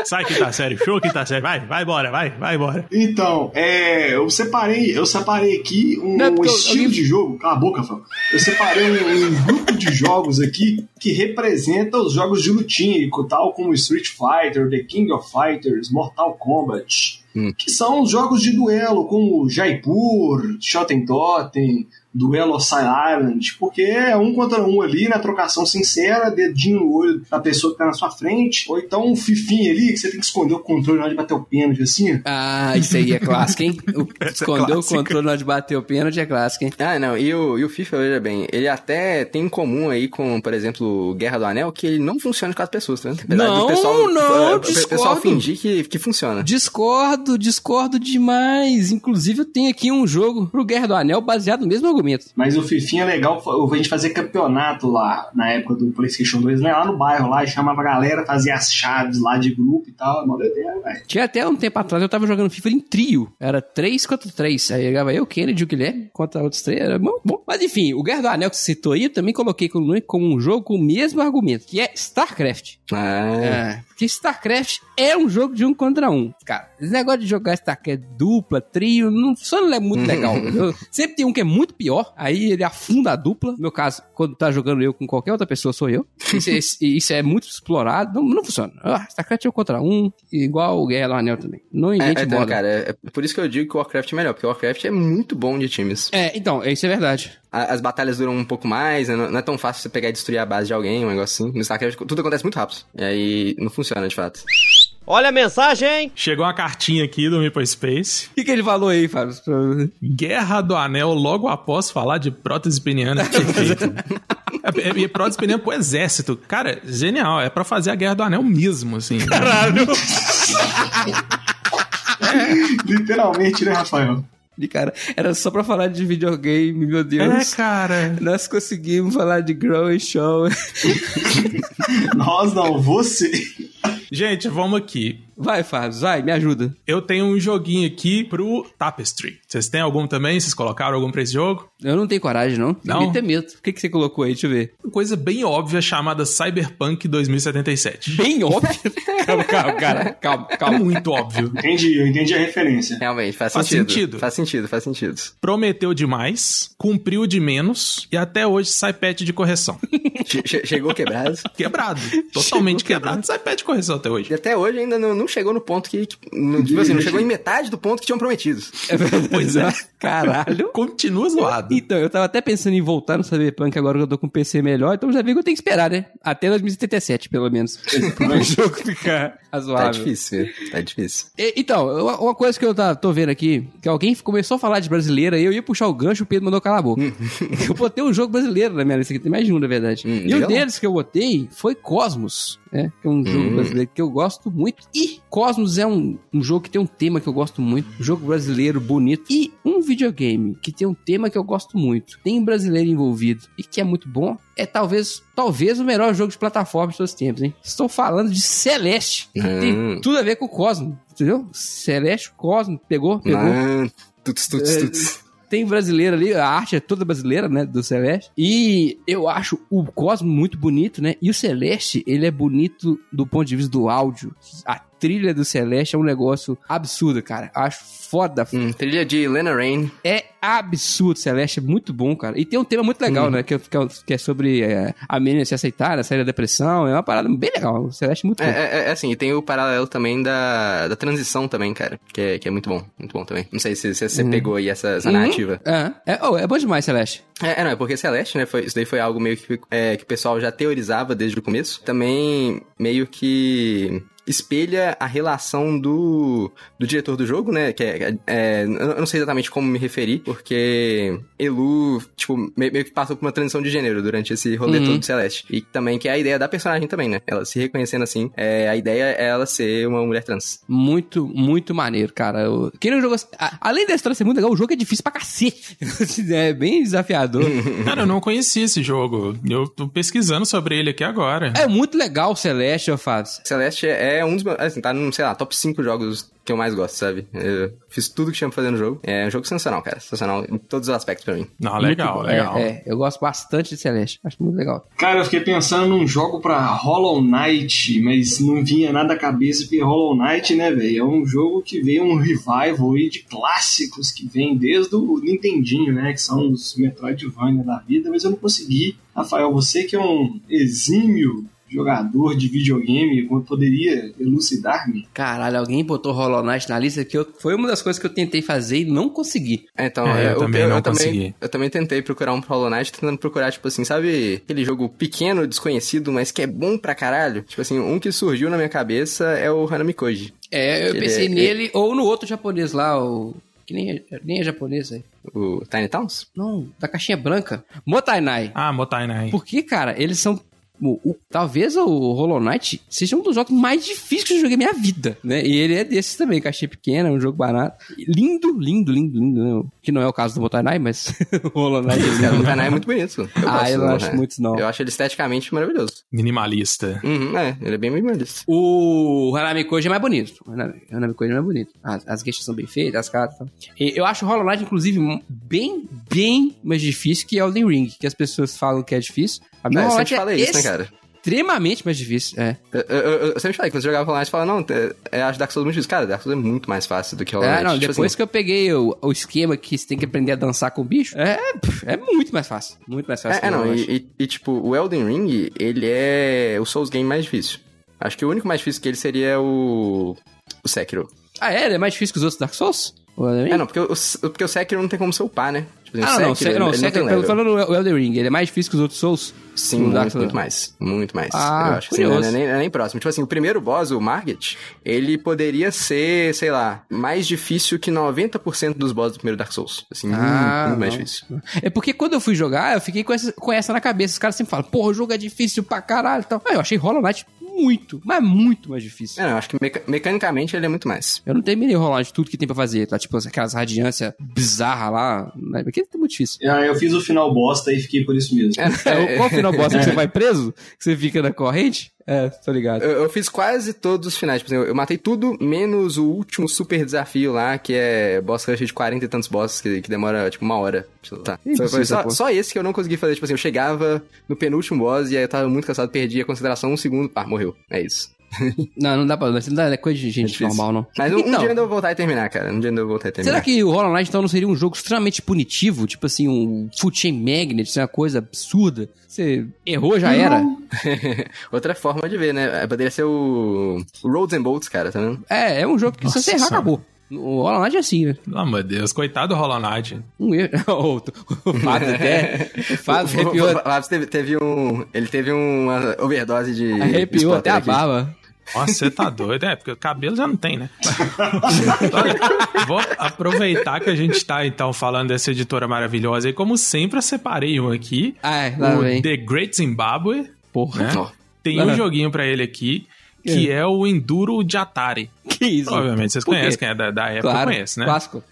Speaker 1: Sai que tá sério, show que tá sério. Vai, vai embora, vai, vai embora.
Speaker 4: Então, é, eu separei, eu separei aqui um,
Speaker 2: Não, é porque
Speaker 4: estilo
Speaker 2: alguém-
Speaker 4: de jogo. Cala a boca, Fábio. Eu separei um, um grupo de jogos aqui que representa os jogos de lutinha, e co- tal como Street Fighter, The King of Fighters, Mortal Kombat,
Speaker 3: Hum.
Speaker 4: que são os jogos de duelo, como Jaipur, Shoten Totem, Duelo of Silent Island, porque é um contra um ali na trocação sincera, dedinho no olho da pessoa que tá na sua frente, ou então um fifinho ali que você tem que esconder o controle na hora de bater o pênalti assim.
Speaker 2: Ah, isso aí é clássico, hein? O, escondeu o
Speaker 1: clássica.
Speaker 2: controle na hora de bater o pênalti é clássico, hein?
Speaker 3: Ah, não, e o, e o FIFA, veja bem, ele até tem em comum aí com, por exemplo, Guerra do Anel, que ele não funciona com as pessoas, tá vendo? Apesar
Speaker 2: Não,
Speaker 3: do pessoal,
Speaker 2: não,
Speaker 3: o pe- pessoal
Speaker 2: discordo.
Speaker 3: fingir que, que funciona.
Speaker 2: Discordo, discordo demais. Inclusive, eu tenho aqui um jogo pro Guerra do Anel baseado no mesmo argumento.
Speaker 4: Mas o Fifinha é legal, a gente fazia campeonato lá na época do Playstation 2, né? Lá no bairro, lá, e chamava a galera, fazia as chaves lá de grupo e tal. É Mó doideira, velho.
Speaker 2: Tinha até um tempo atrás, eu tava jogando FIFA em trio. Era 3 contra 3. Aí jogava eu, Kennedy, o Guilherme contra outros três. Era muito bom. Mas enfim, o Guerra do Anel que você citou aí, eu também coloquei como como um jogo com o mesmo argumento, que é StarCraft.
Speaker 3: Ah,
Speaker 2: É, porque StarCraft é um jogo de um contra um. Cara, esse negócio de jogar StarCraft é dupla, trio, não, só não é muito legal. entendeu? Sempre tem um que é muito pior, aí ele afunda a dupla. No meu caso, quando tá jogando eu com qualquer outra pessoa, sou eu. Isso, é- isso- isso é muito explorado, não, não funciona. Ah, StarCraft é um contra um, igual o Guerra do Anel também. Não
Speaker 3: é,
Speaker 2: invente
Speaker 3: é,
Speaker 2: é,
Speaker 3: então, cara, é, é por isso que eu digo que o Warcraft é melhor, porque o Warcraft é muito bom de times.
Speaker 2: É, então, isso é verdade.
Speaker 3: A- As batalhas duram um pouco mais, né? não não é tão fácil você pegar e destruir a base de alguém, um negócio assim. No StarCraft tudo acontece muito rápido, e aí não funciona de fato.
Speaker 5: Olha a mensagem!
Speaker 1: Chegou uma cartinha aqui do Space.
Speaker 2: O que, que ele falou aí, Fábio?
Speaker 1: Guerra do Anel logo após falar de prótese peniana. Perfeito. É, é, e prótese peniana pro exército. Cara, genial. É pra fazer a Guerra do Anel mesmo, assim.
Speaker 4: Literalmente, né, Rafael?
Speaker 2: De cara, era só pra falar de videogame, meu
Speaker 1: É,
Speaker 2: Deus.
Speaker 1: cara.
Speaker 2: Nós conseguimos falar de Grow Show.
Speaker 4: Nós não, você.
Speaker 1: Gente, vamos aqui.
Speaker 2: Vai, Fábio, vai, me ajuda.
Speaker 1: Eu tenho um joguinho aqui pro Tapestry. Vocês têm algum também? Vocês colocaram algum pra esse jogo?
Speaker 2: Eu não tenho coragem, não.
Speaker 1: Não?
Speaker 2: Me tem medo. O que, que você colocou aí? Deixa eu ver.
Speaker 1: Uma coisa bem óbvia chamada Cyberpunk 2077.
Speaker 2: Bem óbvio. calma, calma, cara. Calma,
Speaker 1: É
Speaker 2: calma.
Speaker 1: muito óbvio.
Speaker 4: Entendi, eu entendi a referência.
Speaker 3: Realmente, faz,
Speaker 1: Faz
Speaker 3: sentido.
Speaker 1: sentido.
Speaker 3: Faz sentido, faz sentido.
Speaker 1: Prometeu demais, cumpriu de menos e até hoje sai patch de correção.
Speaker 3: Che- che- Chegou quebrado.
Speaker 1: Quebrado. Totalmente quebrado, sai patch de correção até hoje.
Speaker 3: E até hoje ainda não, não chegou no ponto que. que- não, tipo assim, não chegou em metade do ponto que tinham prometido.
Speaker 2: É verdade.
Speaker 1: Pois é.
Speaker 2: Caralho.
Speaker 1: Continua zoado.
Speaker 2: Então, eu tava até pensando em voltar no Cyberpunk agora que eu tô com um PC melhor, então já vi que eu tenho que esperar, né? Até 2077, pelo menos. Pra o jogo ficar
Speaker 3: Tá
Speaker 2: razoável.
Speaker 3: difícil, viu? tá difícil.
Speaker 2: E- Então, uma uma coisa que eu tá- tô vendo aqui, que alguém começou a falar de brasileira, eu ia puxar o gancho, o Pedro mandou calar a
Speaker 3: Hum.
Speaker 2: boca. eu botei um jogo brasileiro na minha lista aqui, tem mais de um, na verdade.
Speaker 3: Hum,
Speaker 2: e
Speaker 3: legal.
Speaker 2: um deles que eu botei foi Cosmos, né? Que é um jogo
Speaker 3: Hum.
Speaker 2: brasileiro que eu gosto muito. E Cosmos é um, um jogo que tem um tema que eu gosto muito. Um jogo brasileiro bonito. E um videogame que tem um tema que eu gosto muito. Tem um brasileiro envolvido e que é muito bom. É talvez, talvez o melhor jogo de plataforma de todos os tempos, hein? Estou falando de Celeste. que
Speaker 3: Hum.
Speaker 2: Tem tudo a ver com o Cosmos, entendeu? Celeste, Cosmos, pegou, pegou. É,
Speaker 3: Ah, tuts, tuts, tuts.
Speaker 2: Tem brasileiro ali, a arte é toda brasileira, né, do Celeste. E eu acho o Cosmo muito bonito, né? E o Celeste, ele é bonito do ponto de vista do áudio. A trilha do Celeste é um negócio absurdo, cara. Acho foda.
Speaker 3: Hum, trilha de Lena Rain.
Speaker 2: É absurdo, Celeste. É muito bom, cara. E tem um tema muito
Speaker 3: Uhum.
Speaker 2: legal, né? Que, é- que é- que é sobre é, a menina se aceitar, a sair da depressão. É uma parada bem legal. O Celeste é muito
Speaker 3: É,
Speaker 2: bom.
Speaker 3: é- é assim, e tem o paralelo também da, da transição também, cara. Que é, que é muito bom, muito bom também. Não sei se, se você pegou aí essa, essa
Speaker 2: Uhum.
Speaker 3: narrativa.
Speaker 2: Ah, é, oh, é bom demais, Celeste.
Speaker 3: É, é, não, é porque Celeste, né? Foi, isso daí foi algo meio que, é, que o pessoal já teorizava desde o começo. Também meio que espelha a relação do, do diretor do jogo, né? Que é, é, eu não sei exatamente como me referir, porque Elu, tipo, me- meio que passou por uma transição de gênero durante esse rolê
Speaker 2: Uhum.
Speaker 3: todo do Celeste. E também que é a ideia da personagem também, né? Ela se reconhecendo assim, é, a ideia é ela ser uma mulher trans.
Speaker 2: Muito, muito maneiro, cara. O- Quem não jogou. a- Além da história ser muito legal, o jogo é difícil pra cacete. é bem desafiador.
Speaker 1: Cara, eu não conhecia esse jogo. Eu tô pesquisando sobre ele aqui agora.
Speaker 2: é muito legal o Celeste, eu faço.
Speaker 3: Celeste é um dos meus. Assim, tá no, sei lá, top 5 jogos que eu mais gosto, sabe? Eu fiz tudo que tinha pra fazer no jogo. É um jogo sensacional, cara. Sensacional em todos os aspectos pra mim.
Speaker 1: Não, legal,
Speaker 2: Muito bom.
Speaker 1: legal.
Speaker 2: É, é, eu gosto bastante de Celeste. Acho muito legal.
Speaker 4: Cara, eu fiquei pensando num jogo pra Hollow Knight, mas não vinha nada à cabeça, porque Hollow Knight, né, velho, é um jogo que veio um revival aí de clássicos que vem desde o Nintendinho, né, que são os Metroidvania da vida, mas eu não consegui. Rafael, você que é um exímio jogador de videogame, poderia elucidar-me?
Speaker 2: Caralho, alguém botou Hollow Knight na lista que eu- foi uma das coisas que eu tentei fazer e não consegui.
Speaker 3: É, Então,
Speaker 1: É, eu também não consegui.
Speaker 3: também, eu também tentei procurar um pro Hollow Knight, tentando procurar, tipo assim, sabe aquele jogo pequeno, desconhecido, mas que é bom pra caralho? Tipo assim, um que surgiu na minha cabeça é o Hanami Koji.
Speaker 2: É, eu
Speaker 3: Ele
Speaker 2: pensei
Speaker 3: é-
Speaker 2: nele ou no outro japonês lá, o. Que nem é, nem é japonês aí.
Speaker 3: O Tiny Towns?
Speaker 2: Não, da caixinha branca. Motainai.
Speaker 1: Ah, Motainai.
Speaker 2: Porque, cara, eles são. o- o- talvez o Hollow Knight seja um dos jogos mais difíceis que eu joguei na minha vida, né? E ele é desses também, caixinha pequena, um jogo barato. Lindo, lindo, lindo, lindo, né? Que não é o caso do Motai Knight, mas o Hollow Knight.
Speaker 3: Esse cara, o Tiny é muito bonito. Eu
Speaker 2: ah, eu
Speaker 3: gosto do
Speaker 2: não
Speaker 3: Hollow
Speaker 2: acho
Speaker 3: Knight.
Speaker 2: muito, não.
Speaker 3: Eu acho ele esteticamente maravilhoso.
Speaker 1: Minimalista.
Speaker 3: Uhum, é, ele é bem minimalista.
Speaker 2: O Hanami Koji é mais bonito. O Hanami o Hanami Koji é mais bonito. As, as gueixas são bem feitas, as caras. são- E Eu acho o Hollow Knight, inclusive, um- bem, bem mais difícil que Elden Ring, que as pessoas falam que é difícil. A
Speaker 3: Não,
Speaker 2: minha
Speaker 3: eu
Speaker 2: Hollow Knight
Speaker 3: sempre
Speaker 2: é
Speaker 3: falei isso, né, cara?
Speaker 2: extremamente mais difícil. É.
Speaker 3: Eu, eu- eu- eu sempre falei, quando você jogava Hollow Knight, você falava, não, é, é, acho Dark Souls muito difícil. Cara, Dark Souls é muito mais fácil do que Hollow
Speaker 2: É,
Speaker 3: Knight.
Speaker 2: não,
Speaker 3: Tipo
Speaker 2: depois
Speaker 3: assim,
Speaker 2: que eu peguei o, o esquema que você tem que aprender a dançar com o bicho, é, pff, é muito mais fácil. Muito mais fácil.
Speaker 3: É,
Speaker 2: que
Speaker 3: é,
Speaker 2: o
Speaker 3: não,
Speaker 2: Hollow
Speaker 3: e,
Speaker 2: Knight.
Speaker 3: e- e, tipo, o Elden Ring, ele é o Souls game mais difícil. Acho que o único mais difícil que ele seria o. O Sekiro.
Speaker 2: Ah, é? Ele é mais difícil que os outros Dark Souls? O Elden Ring?
Speaker 3: É, não, porque o, porque o Sekiro não tem como seu par, né? Tipo, assim,
Speaker 2: Ah, não, se- não,
Speaker 3: ele
Speaker 2: se-
Speaker 3: tem
Speaker 2: eu
Speaker 3: level.
Speaker 2: tô falando o Elden Ring, ele é mais difícil que os outros Souls?
Speaker 3: Sim,
Speaker 2: do
Speaker 3: muito,
Speaker 2: Dark Souls.
Speaker 3: muito mais. Muito mais.
Speaker 2: Ah,
Speaker 3: eu acho que sim, não
Speaker 2: curioso.
Speaker 3: é nem, não é nem próximo. Tipo assim, o primeiro boss, o Margit, ele poderia ser, sei lá, mais difícil que 90% dos bosses do primeiro Dark Souls. Assim, muito,
Speaker 2: Ah,
Speaker 3: muito mais
Speaker 2: não.
Speaker 3: difícil.
Speaker 2: É porque quando eu fui jogar, eu fiquei com essa, com essa na cabeça. Os caras sempre falam, porra, o jogo é difícil pra caralho e tal. Mas eu achei Hollow Knight muito, mas muito mais difícil.
Speaker 3: É, não, eu acho que meca- mecanicamente ele é muito mais.
Speaker 2: Eu não terminei Hollow Knight tudo que tem pra fazer, tá? Tipo, aquelas radiâncias bizarras lá. Né? Porque é muito difícil.
Speaker 4: Ah, eu fiz o final bosta e fiquei por isso mesmo.
Speaker 2: É, qual o final boss que você vai preso? Que você fica na corrente? É, tô ligado.
Speaker 3: Eu, eu fiz quase todos os finais. Tipo assim, eu, eu matei tudo, menos o último super desafio lá, que é boss rush de 40 e tantos bosses, que, que demora, tipo, uma hora. Tá.
Speaker 2: Ih,
Speaker 3: Foi, foi
Speaker 2: precisa,
Speaker 3: só,
Speaker 2: pô.
Speaker 3: só esse que eu não consegui fazer. Tipo assim, eu chegava no penúltimo boss e aí eu tava muito cansado, perdi a consideração, um segundo, pá, morreu. É isso.
Speaker 2: Não, não dá pra. Não dá, é coisa de
Speaker 3: É
Speaker 2: gente
Speaker 3: difícil.
Speaker 2: normal, não.
Speaker 3: Mas um, um
Speaker 2: Então.
Speaker 3: dia ainda eu vou voltar e terminar, cara. Um dia ainda eu vou voltar e terminar.
Speaker 2: Será que o Hollow Knight então não seria um jogo extremamente punitivo? Tipo assim, um Food Chain Magnet, isso é uma coisa absurda. Você errou, já era.
Speaker 3: Outra forma de ver, né? Poderia ser o, o Roads and Bolts, cara, tá vendo?
Speaker 2: É, é um jogo que
Speaker 1: Nossa
Speaker 2: se você errar,
Speaker 1: senhora.
Speaker 2: acabou. O Hollow Knight é assim, né?
Speaker 1: Pelo amor de Deus, coitado do Hollow Knight.
Speaker 2: Um erro. Outro. O Fábio até. é. O Fábio
Speaker 3: O- o-
Speaker 2: arrepiou,
Speaker 3: o Fábio teve, teve um. Ele teve uma overdose de.
Speaker 2: arrepiou até
Speaker 3: spotter
Speaker 2: a
Speaker 3: aqui.
Speaker 2: barba.
Speaker 1: Nossa, você tá doido. É, porque o cabelo já não tem, né? Olha, vou aproveitar que a gente tá, então, falando dessa editora maravilhosa. E como sempre, eu separei um aqui.
Speaker 2: Ai, Ah, é, lá
Speaker 1: o
Speaker 2: vem.
Speaker 1: The Great Zimbabwe.
Speaker 2: Porra.
Speaker 1: né?
Speaker 3: Ó.
Speaker 1: Tem
Speaker 2: Lá.
Speaker 1: um joguinho pra ele aqui, que é, o Enduro de Atari.
Speaker 2: Que isso?
Speaker 1: Obviamente, vocês
Speaker 2: Por quê?
Speaker 1: conhecem, quem é da, da época
Speaker 2: Claro.
Speaker 1: conhece, né?
Speaker 2: Clássico.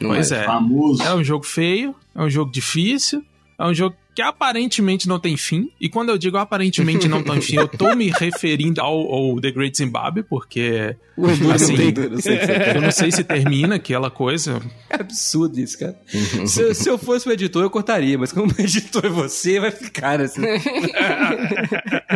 Speaker 3: Não
Speaker 1: Pois
Speaker 3: é.
Speaker 1: é.
Speaker 4: Famoso.
Speaker 1: É um jogo feio, é um jogo difícil, é um jogo que aparentemente não tem fim. E quando eu digo aparentemente não tem fim, eu tô me referindo ao, ao The Great Zimbabwe, porque
Speaker 2: O Enduro
Speaker 1: Assim,
Speaker 2: não tem
Speaker 3: Eu sei que você
Speaker 1: eu não sei se termina aquela coisa.
Speaker 2: É absurdo isso, cara. se, eu- se eu fosse um editor, eu cortaria, mas como editor é você, vai ficar assim.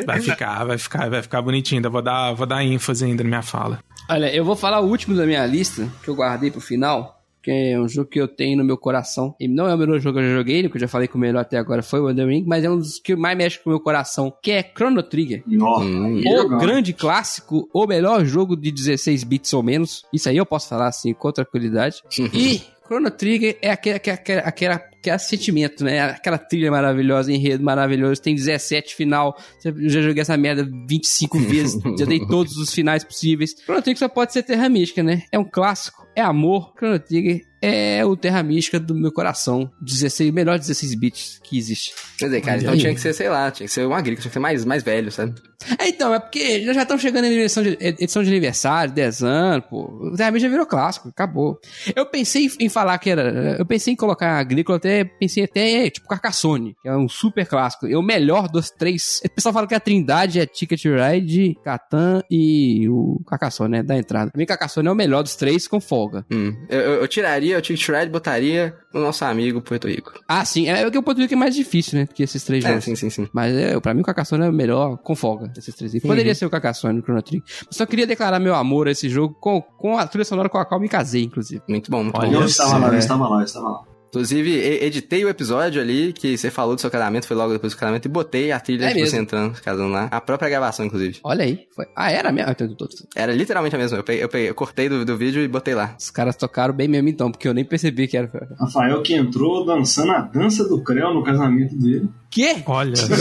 Speaker 1: Vai ficar, vai ficar, vai ficar bonitinho. Ainda vou dar, vou dar ênfase ainda na minha fala.
Speaker 2: Olha, eu vou falar o último da minha lista, que eu guardei pro final, que é um jogo que eu tenho no meu coração. E não é o melhor jogo que eu já joguei, porque eu já falei que o melhor até agora foi o Elden Ring, mas é um dos que mais mexe com o meu coração, que é Chrono Trigger.
Speaker 4: Nó.
Speaker 3: Hum.
Speaker 4: Que
Speaker 2: O
Speaker 4: legal.
Speaker 2: grande clássico, o melhor jogo de 16 bits ou menos. Isso aí eu posso falar assim com tranquilidade. E Chrono Trigger é aquela, aquela, aquela, aquela, que é sentimento, né? Aquela trilha maravilhosa, enredo maravilhoso, tem 17 final. Eu já joguei essa merda 25 vezes, já dei todos os finais possíveis. Chrono Trigger só pode ser Terra Mística, né? É um clássico, é amor. Chrono Trigger é o Terra Mística do meu coração. 16, melhor 16 bits que existe.
Speaker 3: Quer dizer, cara, então tinha que ser, sei lá, tinha que ser um agrícola, tinha que ser mais, mais velho, sabe?
Speaker 2: É, então, é porque nós já estamos chegando em edição de, edição de aniversário, 10 anos, pô. O Terra Mística virou clássico, acabou. Eu pensei em- em falar que era. Eu pensei em colocar agrícola, até pensei até, é, tipo, Carcassone, que é um super clássico. É o melhor dos três. O pessoal fala que a Trindade é Ticket Ride, Catan e o Carcassone, né? Da entrada. Pra mim, Carcassone é o melhor dos três com folga.
Speaker 3: Hum. Eu, eu, eu tiraria, eu tinha que tirar e botaria o nosso amigo Puerto Rico.
Speaker 2: Ah, sim. É o que o português é mais difícil, né? Que esses três
Speaker 3: É,
Speaker 2: jogos.
Speaker 3: sim, sim, sim.
Speaker 2: Mas é, pra mim o Carcassonne é o melhor com folga desses três. aí. Poderia ser o Carcassonne no Chrono Trigger. Mas Só queria declarar meu amor a esse jogo com, com a trilha sonora com a qual me casei, inclusive.
Speaker 3: Muito bom, muito
Speaker 1: Olha
Speaker 3: bom.
Speaker 4: Eu
Speaker 1: Yes,
Speaker 4: estava lá, eu
Speaker 1: é.
Speaker 4: estava lá, eu estava lá.
Speaker 3: Inclusive, e- editei o episódio ali que você falou do seu casamento, foi logo depois do casamento, e botei a trilha
Speaker 2: É
Speaker 3: de você
Speaker 2: mesmo.
Speaker 3: entrando, se casando lá. A própria gravação, inclusive.
Speaker 2: Olha aí. Foi- Ah, era mesmo? Ah, então, tô- tô-
Speaker 3: Era literalmente a mesma. Eu, peguei- eu, peguei- eu cortei do, do vídeo e botei lá.
Speaker 2: Os caras tocaram bem mesmo então, porque eu nem percebi que era.
Speaker 4: Rafael que entrou dançando a dança do Creu no casamento dele.
Speaker 2: Quê?
Speaker 1: Olha só.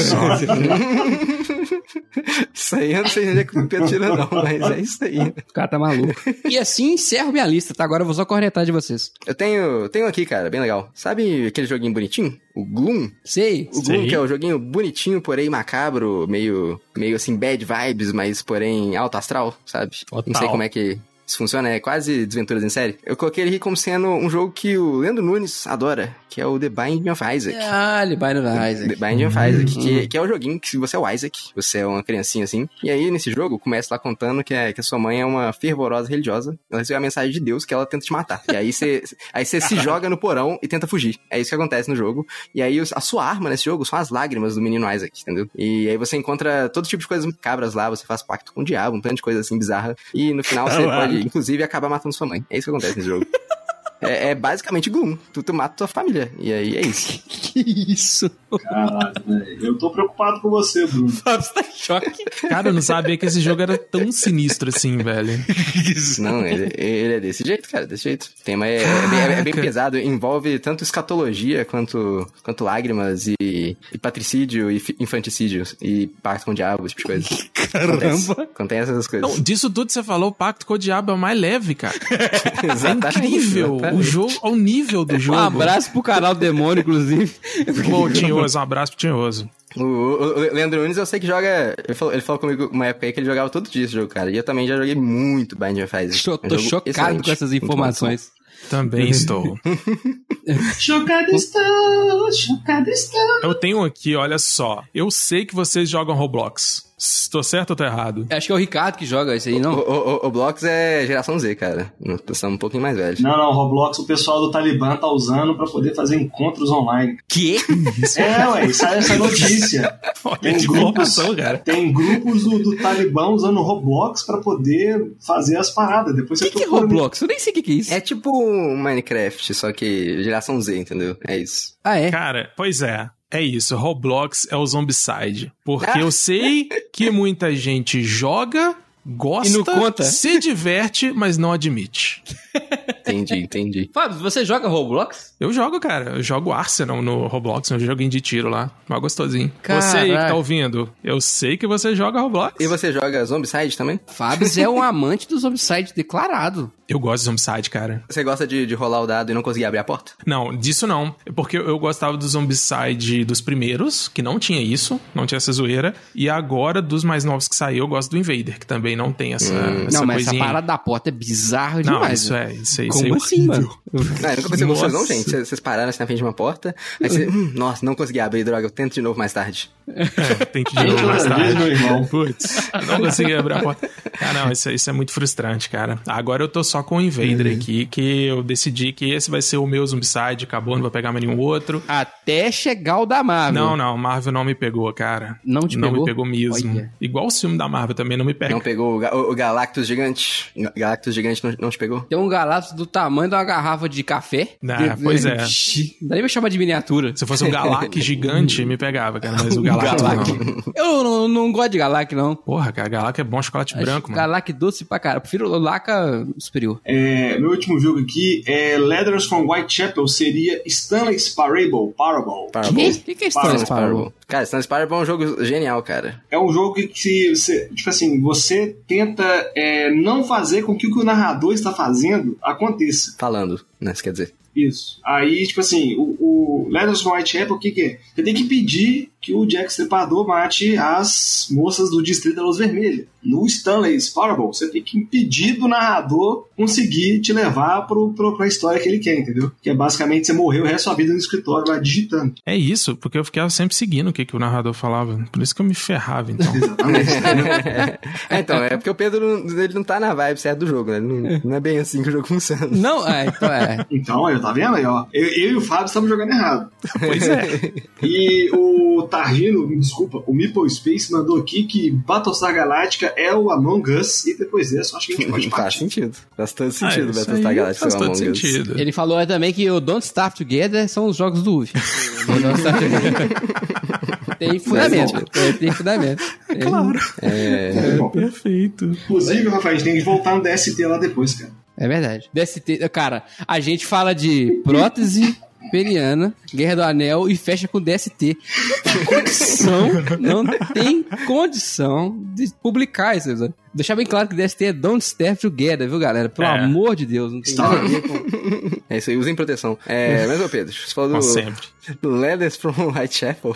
Speaker 3: Isso aí eu não sei onde é que o Pedro tirou, não, mas é isso aí.
Speaker 2: O cara tá maluco. e assim encerro minha lista, tá? Agora eu vou só cornetar de vocês.
Speaker 3: Eu tenho, tenho aqui, cara, bem legal. Sabe aquele joguinho bonitinho? O Gloom?
Speaker 2: Sei.
Speaker 3: O
Speaker 1: Sei.
Speaker 3: Gloom, que é o joguinho bonitinho, porém macabro, meio, meio assim, bad vibes, mas porém alto astral, sabe? Não
Speaker 1: Total.
Speaker 3: sei como é que isso funciona, é quase desventuras em série. Eu coloquei ele aqui como sendo um jogo que o Leandro Nunes adora, que é o The Binding of Isaac.
Speaker 2: Ah, ele vai no
Speaker 3: The
Speaker 2: Isaac.
Speaker 3: Binding of Isaac, que, que é o joguinho que você é o Isaac, você é uma criancinha assim. E aí, nesse jogo, começa lá contando que, é, que a sua mãe é uma fervorosa religiosa. Ela recebeu a mensagem de Deus que ela tenta te matar. E aí você, aí você se joga no porão e tenta fugir. É isso que acontece no jogo. E aí os- a sua arma nesse jogo são as lágrimas do menino Isaac, entendeu? E aí você encontra todo tipo de coisas cabras lá, você faz pacto com o diabo, um tanto de coisa assim bizarra. E no final você
Speaker 1: Caralho.
Speaker 3: pode, inclusive, acabar matando sua mãe. É isso que acontece nesse jogo. É, é basicamente Gloom. Tu, tu mata tua família. E aí é isso.
Speaker 2: Que isso?
Speaker 4: Caralho, velho. Eu tô preocupado com você, Bruno.
Speaker 2: Você tá em choque.
Speaker 1: Cara, eu não sabia que esse jogo era tão sinistro assim, velho.
Speaker 3: Não, ele, ele é desse jeito, cara, desse jeito. O tema é, é bem, é bem
Speaker 1: Caraca.
Speaker 3: pesado, envolve tanto escatologia quanto, quanto lágrimas e, e patricídio e fi- infanticídio e pacto com o diabo, esse tipo de coisa. Acontece,
Speaker 2: Caramba.
Speaker 3: acontece essas coisas.
Speaker 1: Não, disso tudo que você falou, o Pacto com o Diabo é o mais leve, cara. É
Speaker 3: Exatamente,
Speaker 1: incrível.
Speaker 3: exatamente.
Speaker 1: O jogo, ao nível do
Speaker 2: Um
Speaker 1: jogo.
Speaker 2: abraço pro canal Demônio, inclusive.
Speaker 1: Ô, Tinhoso, um abraço pro Tinhoso.
Speaker 3: O, o- o Leandro Nunes, eu sei que joga. Ele falou, ele falou comigo uma época aí que ele jogava todo dia esse jogo, cara. E eu também já joguei muito Binding of Isaac.
Speaker 2: Cho-
Speaker 3: É um
Speaker 2: Tô
Speaker 3: jogo
Speaker 2: chocado
Speaker 3: excelente.
Speaker 2: com essas
Speaker 3: Muito bom,
Speaker 2: informações.
Speaker 1: Também estou.
Speaker 4: Chocado estou, chocado estou.
Speaker 1: Eu tenho um aqui, olha só. Eu sei que vocês jogam Roblox. Estou certo ou tô errado?
Speaker 2: Acho que é o Ricardo que joga isso aí,
Speaker 3: muito bom.
Speaker 2: não?
Speaker 3: O, o, o- o Blox é geração Z, cara. Nós somos um pouquinho mais velhos.
Speaker 4: Não, não, Roblox, o pessoal do Talibã tá usando pra poder fazer encontros online.
Speaker 2: Que?
Speaker 4: É, ué, sai essa notícia.
Speaker 1: Olha
Speaker 4: Tem
Speaker 1: que
Speaker 2: Uhum.
Speaker 4: grupos,
Speaker 1: informação, cara.
Speaker 4: tem grupos do, do Talibã usando Roblox pra poder fazer as paradas. Depois
Speaker 2: O que,
Speaker 4: você
Speaker 2: que é
Speaker 4: procura no
Speaker 2: Roblox? Eu nem sei o que, que é isso.
Speaker 3: É tipo um Minecraft, só que geração Z, entendeu? É isso.
Speaker 2: Ah, é?
Speaker 1: Cara, pois é. É isso, Roblox é o Zombicide. Porque
Speaker 3: Ah.
Speaker 1: eu sei que muita gente joga, gosta,
Speaker 2: E não conta.
Speaker 1: se diverte, mas não admite.
Speaker 3: Entendi, entendi.
Speaker 2: Fábio, você joga Roblox?
Speaker 1: Eu jogo, cara. Eu jogo Arsenal no Roblox, um joguinho de tiro lá. Mó gostosinho.
Speaker 2: Caraca.
Speaker 1: Você aí que tá ouvindo, eu sei que você joga Roblox.
Speaker 3: E você joga Zombicide também?
Speaker 2: Fábio é um amante do Zombicide declarado.
Speaker 1: Eu gosto de Zombicide, cara.
Speaker 3: Você gosta de, de rolar o dado e não conseguir abrir a porta?
Speaker 1: Não, disso não. É Porque eu gostava do Zombicide dos primeiros, que não tinha isso, não tinha essa zoeira. E agora, dos mais novos que saiu, eu gosto do Invader, que também não tem essa, essa
Speaker 2: não, mas
Speaker 1: coisinha.
Speaker 2: essa parada da porta é bizarro
Speaker 1: Não,
Speaker 2: demais.
Speaker 1: isso
Speaker 2: né?
Speaker 1: é, isso aí, isso aí
Speaker 2: Como
Speaker 1: é
Speaker 2: assim,
Speaker 1: horrível.
Speaker 2: mano?
Speaker 3: Ah, eu nunca pensei com vocês não,
Speaker 1: Nossa.
Speaker 3: gente. Vocês vocês pararam assim na frente de uma porta, aí você, hum, nossa, não consegui abrir, droga, eu tento de novo mais tarde.
Speaker 1: É, tem que ir
Speaker 4: Gente,
Speaker 1: de novo mais
Speaker 4: eu
Speaker 1: tarde.
Speaker 4: vejo meu irmão.
Speaker 1: Putz, não consegui abrir a porta. Ah, não, isso, isso é muito frustrante, cara. Agora eu tô só com o Invader aqui, que eu decidi que esse vai ser o meu Zombicide, acabou, não vou pegar mais nenhum outro.
Speaker 2: Até chegar o da Marvel.
Speaker 1: é- Não, não, Marvel não me pegou, cara.
Speaker 2: Ah, Não te
Speaker 1: Não
Speaker 2: pegou?
Speaker 1: me pegou mesmo.
Speaker 2: Olha.
Speaker 1: Igual o filme da Marvel também não me pega.
Speaker 3: Não pegou o, Ga- o- o Galactus gigante? Ga- Galactus gigante não, não te pegou?
Speaker 2: Tem um galato do tamanho de uma garrafa de café.
Speaker 1: Ah, pois é.
Speaker 2: Ixi, Não dá nem me chamar de miniatura.
Speaker 1: Se fosse um Galac gigante, me pegava, cara. Mas o Galac,
Speaker 2: Galac.
Speaker 1: não.
Speaker 2: Eu não, não gosto de Galac, não.
Speaker 1: Porra, cara, Galac é bom chocolate branco, louco, mano.
Speaker 2: Galak doce pra caralho. Prefiro Laca superior.
Speaker 4: É, meu último jogo aqui é Letters from Whitechapel, seria Stanley's Parable. Parable.
Speaker 3: Parable.
Speaker 2: Que? Que que é
Speaker 4: Stanley
Speaker 2: Stanley Parable?
Speaker 3: Cara, Stanley Parable é um jogo genial, cara.
Speaker 4: É um jogo que, se você, tipo assim, você tenta é, não fazer com que o que o narrador está fazendo aconteça.
Speaker 3: Falando, né? Isso quer dizer.
Speaker 4: Isso. Aí, tipo assim, o, o Letters from Whitechapel, o que, que é? Você tem que pedir que o Jack Stripador mate as moças do Distrito da Luz Vermelha. No Stanley's Parable, você tem que impedir do narrador conseguir te levar pro, pro, pra história que ele quer, entendeu? Que é basicamente você morreu o resto da sua vida no escritório, lá digitando.
Speaker 1: É isso, porque eu ficava sempre seguindo o que, que o narrador falava. Por isso que eu me ferrava, então.
Speaker 3: É, então, é porque o Pedro não- ele não tá na vibe certa do jogo, né? Ele Não, não é bem assim que o jogo funciona.
Speaker 2: Não, é, então é.
Speaker 4: Então, aí, tá vendo aí, ó? Eu, eu e o Fábio estamos jogando errado.
Speaker 1: pois é.
Speaker 4: E o Targino, me desculpa, o Meeple Space mandou aqui que Battlestar Galáctica é o Among Us. E depois dessa, acho que a gente pode
Speaker 3: Faz
Speaker 4: partir.
Speaker 3: sentido. Faz todo
Speaker 1: Ah,
Speaker 3: sentido,
Speaker 1: isso
Speaker 3: Battlestar
Speaker 1: aí
Speaker 3: Galactica
Speaker 1: Faz
Speaker 3: ser
Speaker 1: todo
Speaker 3: Among Us.
Speaker 1: sentido.
Speaker 2: Ele falou também que o Don't Starve Together são os jogos do UV. O Don't Starve Together. Tem fundamento. é, Tem fundamento. Tem-
Speaker 3: É,
Speaker 4: Bom,
Speaker 1: Perfeito.
Speaker 4: Inclusive, Rafael, a gente tem que voltar no DST lá depois, cara.
Speaker 2: É verdade. DST, cara, a gente fala de prótese peniana, Guerra do Anel e fecha com DST. Condição, não tem condição de publicar isso. né? Deixar bem claro que DST é Don't Starve Together, viu, galera? Pelo
Speaker 1: É.
Speaker 2: amor de Deus, não tem nada a
Speaker 4: Tá.
Speaker 2: ver com...
Speaker 3: é isso aí, usem proteção. É, mas, ô Pedro, você falou
Speaker 1: Como
Speaker 3: do,
Speaker 1: sempre.
Speaker 3: Letters from Whitechapel.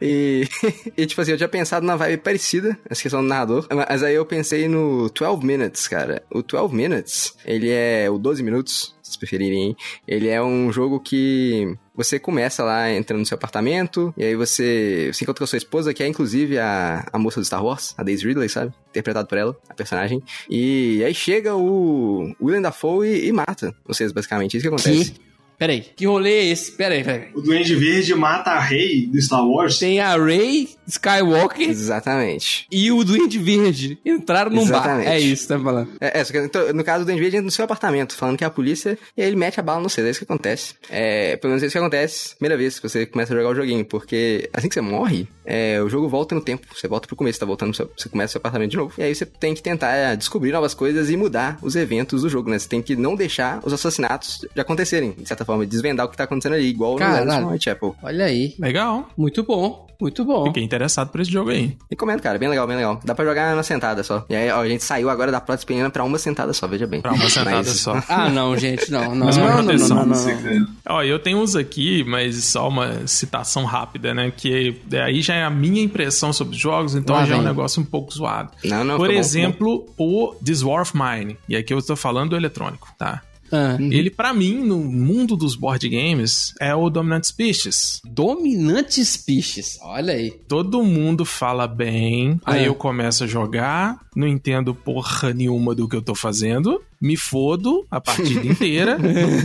Speaker 3: E, e, tipo assim, eu tinha pensado na vibe parecida, essa questão do narrador. Mas aí eu pensei no 12 Minutes, cara. O 12 Minutes, ele é o 12 Minutos, se vocês preferirem, hein? Ele é um jogo que. Você começa lá entrando no seu apartamento, e aí você se encontra com a sua esposa, que é inclusive a, a moça do Star Wars, a Daisy Ridley, sabe? Interpretado por ela, a personagem. E aí chega o William Dafoe e, e mata vocês, basicamente. Isso que acontece.
Speaker 2: Que? Peraí, que rolê é esse? Peraí, peraí.
Speaker 4: O Duende Verde mata a Rei do Star Wars.
Speaker 2: Tem a Rey Skywalker
Speaker 3: Exatamente.
Speaker 2: e o Duende Verde entraram num
Speaker 3: Exatamente.
Speaker 2: bar. É isso, que tá falando.
Speaker 3: É, é, só que, então, no caso do Denver, ele entra no seu apartamento, falando que é a polícia, e aí ele mete a bala no cedo, é isso que acontece. É, pelo menos é isso que acontece, primeira vez que você começa a jogar o joguinho, porque assim que você morre, é, o jogo volta no tempo, você volta pro começo, você tá voltando, pro seu, você começa o seu apartamento de novo, e aí você tem que tentar é, descobrir novas coisas e mudar os eventos do jogo, né? Você tem que não deixar os assassinatos de acontecerem, de certa forma, desvendar o que tá acontecendo ali, igual
Speaker 2: Caralho.
Speaker 3: no Leonard Chapel.
Speaker 2: Olha aí.
Speaker 1: Legal.
Speaker 2: Muito bom, muito bom.
Speaker 1: Fiquei interessado por esse jogo aí.
Speaker 3: Recomendo, cara, bem legal, bem legal. Dá pra jogar na sentada só. E aí, ó, a gente saiu agora da prótese peniana pra uma sentada só, veja bem.
Speaker 1: Pra uma sentada
Speaker 3: Mas-
Speaker 1: só.
Speaker 2: Ah, não, gente, não, não,
Speaker 1: Mas uma
Speaker 2: não, não, não,
Speaker 1: proteção.
Speaker 2: não, não,
Speaker 4: Você,
Speaker 2: não.
Speaker 4: cara.
Speaker 1: Ó, eu tenho uns aqui, mas só uma citação rápida, né? Que aí já é a minha impressão sobre os jogos, então
Speaker 2: Lá
Speaker 1: já é um
Speaker 2: vem.
Speaker 1: negócio um pouco zoado.
Speaker 3: Não, não, ficou
Speaker 1: Por
Speaker 3: bom, tá
Speaker 1: exemplo, o This War of Mine. E aqui eu tô falando do eletrônico, tá?
Speaker 2: Ah.
Speaker 1: Ele, pra mim, no mundo dos board games, é o Dominant Species.
Speaker 2: Dominantes piches, olha aí.
Speaker 1: Todo mundo fala bem, aí
Speaker 2: É.
Speaker 1: eu começo a jogar, não entendo porra nenhuma do que eu tô fazendo, me fodo a partida inteira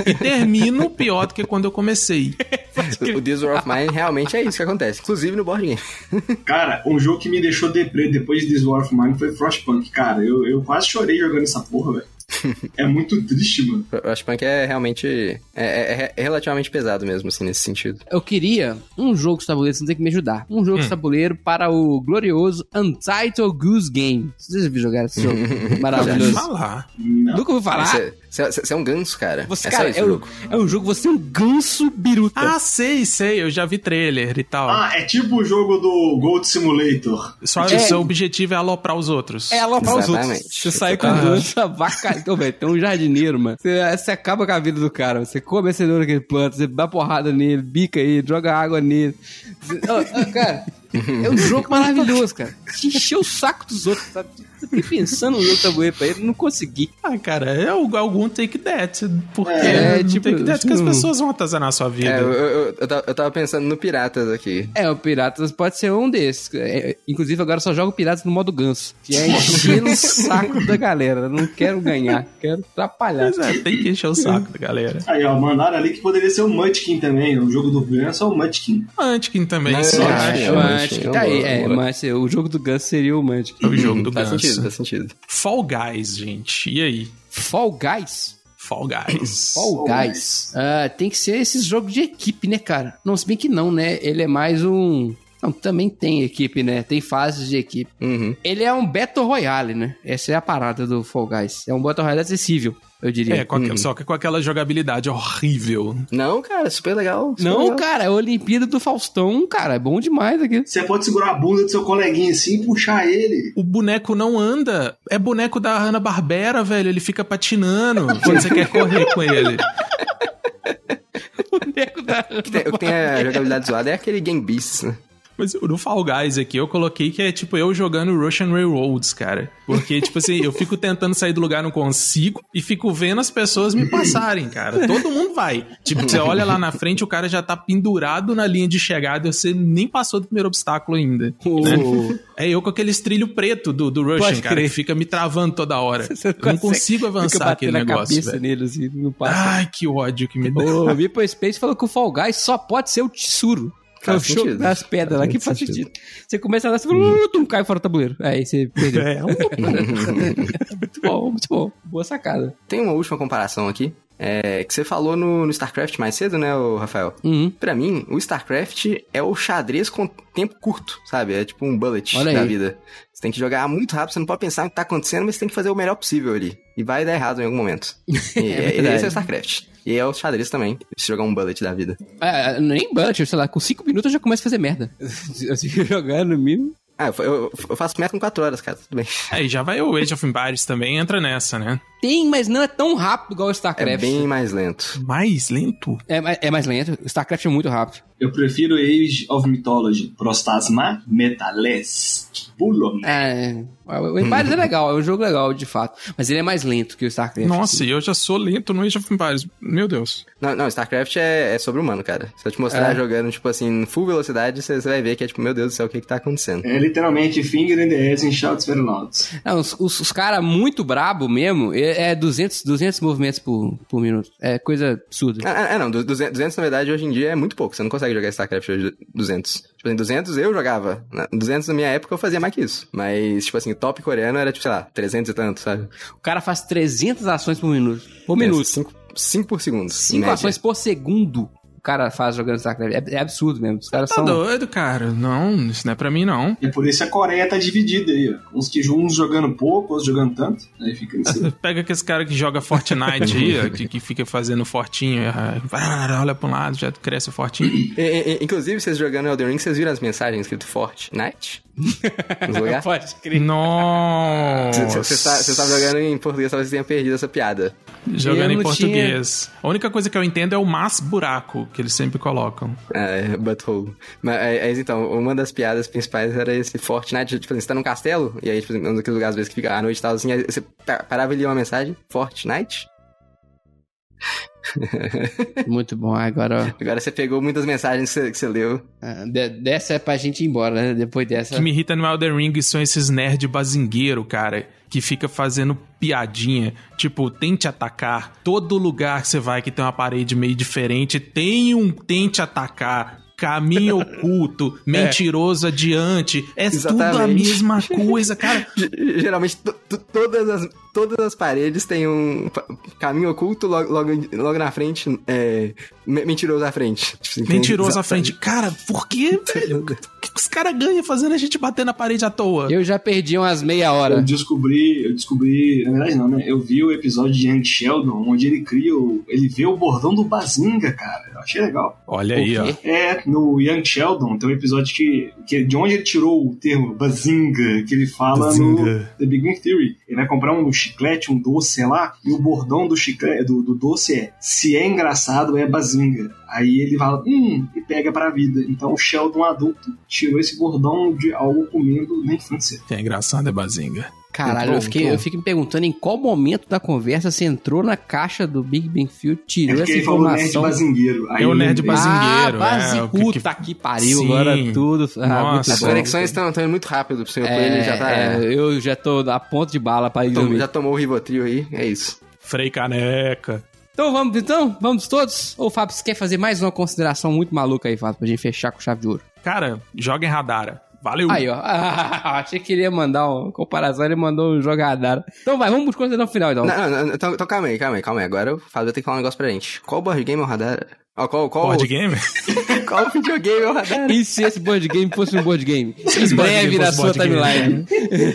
Speaker 1: e termino pior do que quando eu comecei.
Speaker 3: O This War of Mine realmente é isso que acontece. Inclusive no board game.
Speaker 4: Cara, um jogo que me deixou deprê depois de This War of Mine foi Frostpunk. Cara, eu, eu quase chorei jogando essa porra, velho. É muito triste, mano.
Speaker 3: Frostpunk é realmente. É, é- é relativamente pesado mesmo, assim, nesse sentido.
Speaker 2: Eu queria um jogo de tabuleiro, vocês vão ter que me ajudar. Um jogo de tabuleiro para o glorioso Untitled Goose Game. Vocês já jogaram esse jogo?
Speaker 1: Pode
Speaker 2: Maravilhoso.
Speaker 1: falar.
Speaker 2: Nunca ouvi falar.
Speaker 3: Você você- você é um ganso, cara.
Speaker 2: Você,
Speaker 3: é só
Speaker 2: cara,
Speaker 3: isso
Speaker 2: é
Speaker 3: o
Speaker 2: um,
Speaker 3: jogo.
Speaker 2: é um jogo, você é um ganso biruta.
Speaker 1: Ah, sei, sei, eu já vi trailer e tal.
Speaker 4: Ah, é tipo o jogo do Gold Simulator.
Speaker 1: Só
Speaker 2: é-
Speaker 1: o seu objetivo é aloprar os outros.
Speaker 2: É aloprar os outros.
Speaker 3: Exatamente.
Speaker 2: Você sai com
Speaker 1: Exatamente.
Speaker 2: duas vaca. Então, velho, tem um jardineiro, mano. Você, você acaba com a vida do cara. Você come a cenoura que ele planta, você dá porrada nele, bica ele, joga água nele. Você- Ah, ah, cara, é um jogo maravilhoso, cara. Te encher o saco dos outros, sabe? Eu fiquei pensando no jogo tabuleiro pra ele, não consegui.
Speaker 1: Ah, cara, é o- algum take that. Porque
Speaker 2: É,
Speaker 1: é,
Speaker 2: tipo,
Speaker 1: tipo, take that que as
Speaker 2: hum.
Speaker 1: pessoas vão atazanar a sua vida.
Speaker 3: É, eu, eu, eu tava- eu tava pensando no Piratas aqui.
Speaker 2: É, o Piratas pode ser um desses. É, é, inclusive, agora eu só jogo Piratas no modo ganso. Que é encher o saco da galera. Não quero ganhar, quero atrapalhar.
Speaker 1: Pois é, tem que encher o saco da galera.
Speaker 4: Aí, ó, mandaram ali que poderia ser o Munchkin também. O jogo do Ganso é o Munchkin.
Speaker 1: Antkin também,
Speaker 3: Não,
Speaker 1: sim,
Speaker 3: eu
Speaker 1: eu
Speaker 3: acho,
Speaker 1: acho.
Speaker 2: Eu acho que tá aí.
Speaker 3: Boa,
Speaker 2: É,
Speaker 3: boa.
Speaker 2: mas o jogo do Gus seria o Magic.
Speaker 1: É o jogo do
Speaker 3: Uhum, Faz
Speaker 1: ganso.
Speaker 3: sentido, faz sentido.
Speaker 1: Fall Guys, gente. E aí?
Speaker 2: Fall Guys?
Speaker 1: Fall Guys.
Speaker 2: Fall Guys. Ah, tem que ser esses jogos de equipe, né, cara? Não, se bem que não, né? Ele é mais um. Não, também tem equipe, né? Tem fases de equipe.
Speaker 3: Uhum.
Speaker 2: Ele é um Battle Royale, né? Essa é a parada do Fall Guys. É um Battle Royale acessível, eu diria.
Speaker 1: É, com aqu- só que com aquela jogabilidade horrível.
Speaker 3: Não, cara, super legal. super
Speaker 2: Não,
Speaker 3: legal.
Speaker 2: cara, é a Olimpíada do Faustão, cara. É bom demais aqui.
Speaker 4: Você pode segurar a bunda do seu coleguinha assim e puxar ele.
Speaker 1: O boneco não anda. É boneco da Hanna-Barbera, velho. Ele fica patinando quando você quer correr com ele.
Speaker 2: O boneco da
Speaker 3: O que tem- O que tem a jogabilidade zoada é aquele Game Beast, né?
Speaker 1: Mas no Fall Guys aqui, eu coloquei que é tipo eu jogando Russian Railroads, cara. Porque, tipo assim, eu fico tentando sair do lugar, não consigo, e fico vendo as pessoas me passarem, cara. Todo mundo vai. Tipo, você olha lá na frente, o cara já tá pendurado na linha de chegada e você nem passou do primeiro obstáculo ainda.
Speaker 2: O-
Speaker 1: É eu com aqueles trilho preto do, do Russian,
Speaker 2: Pode
Speaker 1: cara,
Speaker 2: crer.
Speaker 1: que fica me travando toda hora.
Speaker 2: Você não
Speaker 1: Eu não
Speaker 2: consegue-
Speaker 1: consigo
Speaker 2: Fica
Speaker 1: avançar aquele
Speaker 2: batendo a
Speaker 1: negócio,
Speaker 2: cabeça
Speaker 1: velho.
Speaker 2: neles e não passa.
Speaker 1: Ai, que ódio que me dá.
Speaker 2: O Meeple Space falou que o Fall Guys só pode ser o Tsuru. Que é o
Speaker 3: Faz
Speaker 2: show
Speaker 3: sentido.
Speaker 2: das pedras lá, que faz
Speaker 3: Faz
Speaker 2: sentido. Você começa a dar, você fala, tum, cai fora do tabuleiro. Aí você perdeu.
Speaker 1: É,
Speaker 2: Muito bom, muito bom. Boa sacada.
Speaker 3: Uhum. Tem uma última comparação aqui. é, que você falou no, no StarCraft mais cedo, né, ô Rafael?
Speaker 2: Uhum.
Speaker 3: Pra mim, o StarCraft é o xadrez com tempo curto, sabe? É tipo um bullet
Speaker 2: Olha
Speaker 3: da
Speaker 2: aí.
Speaker 3: vida. Você tem que jogar muito rápido, você não pode pensar no que tá acontecendo, mas você tem que fazer o melhor possível ali. E vai dar errado em algum momento. E é,
Speaker 2: verdade.
Speaker 3: esse é o StarCraft. E é o xadrez também, se jogar um bullet da vida.
Speaker 2: Ah, nem bullet, sei lá, com 5 minutos eu já começo a fazer merda. Eu fico jogando no mínimo.
Speaker 3: Ah, eu, eu- eu faço meta com 4 horas, cara, tudo bem.
Speaker 1: Aí já vai o Age of Empires também, entra nessa, né?
Speaker 2: Tem, mas não é tão rápido igual o
Speaker 3: É
Speaker 2: StarCraft.
Speaker 3: bem mais lento.
Speaker 1: Mais lento?
Speaker 2: É, ma- é mais lento. O StarCraft é muito rápido.
Speaker 4: Eu prefiro Age of Mythology. Prostasma Metales. Pulo.
Speaker 2: É, o Empires é legal, é um jogo legal, de fato. Mas ele é mais lento que o StarCraft.
Speaker 1: Nossa, e eu já sou lento no Age of Empires. Meu Deus.
Speaker 3: Não, não StarCraft é, é sobre humano, cara. Se eu te mostrar
Speaker 2: É.
Speaker 3: jogando, tipo assim, em full velocidade, você, você vai ver que é tipo, meu Deus do céu, o que que tá acontecendo?
Speaker 4: É literalmente Finger in the Ass and Shouts Very Loud.
Speaker 2: Não, os os, os caras muito brabo mesmo, é, é 200, 200 movimentos por, por minuto. É coisa absurda.
Speaker 3: Ah, ah, não, du- 200, 200 na verdade hoje em dia é muito pouco, você não consegue jogar StarCraft hoje 200. Tipo assim, 200 eu jogava, Na- 200 na minha época eu fazia mais que isso, mas tipo assim, o top coreano era tipo, sei lá, 300 e tanto, sabe?
Speaker 1: Ah.
Speaker 2: O cara faz 300 ações por minuto. Por Um minuto.
Speaker 3: 5 por segundo, em
Speaker 2: 5
Speaker 3: média.
Speaker 2: ações por segundo o cara faz jogando StarCraft. É, é absurdo mesmo. Os caras
Speaker 1: Tá
Speaker 2: são.
Speaker 1: doido, cara. Não, isso não é pra mim, não.
Speaker 4: E por isso a Coreia tá dividida aí, ó. Uns, que, uns jogando pouco, outros jogando tanto. Aí fica assim.
Speaker 1: Pega aqueles cara que joga Fortnite aí, ó, que, que fica fazendo fortinho. é, ah, Olha pra um lado, já cresce o fortinho.
Speaker 3: E- e- e- inclusive, vocês jogando Elden Ring, vocês viram as mensagens escrito forte, night? Nos lugares?
Speaker 2: Pode crer.
Speaker 1: Nossa.
Speaker 3: Você tá, você tá jogando em português, talvez você tenha perdido essa piada.
Speaker 2: Eu
Speaker 1: Jogando em
Speaker 2: não
Speaker 1: português. A única coisa que eu entendo é o mas buraco que eles sempre colocam.
Speaker 3: É, butthole. Mas, é, é isso, então, uma das piadas principais era esse Fortnite, tipo assim, você tá num castelo, e aí, tipo, assim, um daqueles lugares às vezes que fica à noite e tal, assim, aí você pa- parava e lia uma mensagem, Fortnite.
Speaker 2: Muito bom. Agora,
Speaker 3: Agora você pegou muitas mensagens que você, que você leu.
Speaker 2: ó, ah, de- dessa é pra gente ir embora, né? Depois
Speaker 1: O
Speaker 2: dessa.
Speaker 1: que me irrita no Elden Ring são esses nerd bazingueiro, cara, que fica fazendo piadinha. Tipo, tente atacar. Todo lugar que você vai que tem uma parede meio diferente, tem um tente atacar. Caminho oculto, mentiroso adiante. É tudo a
Speaker 3: Exatamente.
Speaker 1: mesma coisa, cara.
Speaker 3: G- Geralmente, to- to- todas, as, todas as paredes têm um pa- caminho oculto logo, logo, em- logo na frente, é, me- mentiroso à frente. Tipo assim, tem-
Speaker 1: Mentiroso à
Speaker 3: exatamente.
Speaker 1: frente. Cara, por que, velho? O que que os caras ganham fazendo a gente bater na parede à toa?
Speaker 2: Eu já perdi umas meia
Speaker 4: Eu
Speaker 2: hora.
Speaker 4: descobri, eu descobri, na verdade não, né? Eu vi o episódio de Hank Sheldon, onde ele cria, o, ele vê o bordão do Bazinga, cara. Eu achei legal.
Speaker 1: Olha aí, ó.
Speaker 4: É, no Young Sheldon tem um episódio que, que de onde ele tirou o termo bazinga, que ele fala no The Big Bang Theory. Ele vai comprar um chiclete, um doce, sei lá, e o bordão do chiclete do, do doce é se é engraçado é bazinga. Aí ele fala, hum, e pega pra vida. Então o Sheldon adulto tirou esse bordão de algo comendo na infância.
Speaker 1: É engraçado, é bazinga.
Speaker 2: Caralho,
Speaker 3: Bom,
Speaker 2: eu, fiquei,
Speaker 3: bom.
Speaker 2: eu fico me perguntando em qual momento da conversa você entrou na caixa do Big Bang Field,
Speaker 4: É
Speaker 2: tirou
Speaker 4: porque
Speaker 2: essa
Speaker 4: ele falou nerd
Speaker 2: informação.
Speaker 4: bazingueiro. Aí
Speaker 1: É o
Speaker 4: eu
Speaker 1: nerd
Speaker 4: lembrei.
Speaker 1: Bazingueiro,
Speaker 2: ah,
Speaker 1: é, o que-
Speaker 2: Puta
Speaker 1: que-
Speaker 2: que pariu,
Speaker 1: Sim.
Speaker 2: agora tudo. Ah,
Speaker 1: Nossa.
Speaker 2: muito
Speaker 3: As
Speaker 2: bom.
Speaker 3: conexões estão estão indo muito rápido pro senhor
Speaker 2: É,
Speaker 3: Coelho, ele já tá...
Speaker 2: é, eu já tô a ponto de bala pra ir
Speaker 3: tom-
Speaker 2: dormir.
Speaker 3: já tomou o Rivotril aí, é isso.
Speaker 1: Frei Caneca.
Speaker 2: Então vamos, então? Vamos todos? Ou Fábio, você quer fazer mais uma consideração muito maluca aí, Fábio, pra gente fechar com chave de ouro?
Speaker 1: Cara, joga em Radara. Valeu.
Speaker 2: Aí, ó. Ah, achei que ele ia mandar uma comparação, ele mandou um jogadar. Então vai, vamos considerar o final, então.
Speaker 3: Não, não, não, então, então calma aí, calma aí, calma aí. Agora o Fábio vai ter que falar um negócio pra gente. Qual board game é o Radar? Ó, qual, qual,
Speaker 1: Board game?
Speaker 3: qual videogame é o radar?
Speaker 2: E se esse board game fosse um board game? Em
Speaker 1: board
Speaker 2: breve
Speaker 1: game
Speaker 2: na
Speaker 1: fosse
Speaker 2: sua
Speaker 3: um
Speaker 1: board game.
Speaker 2: timeline.
Speaker 3: né?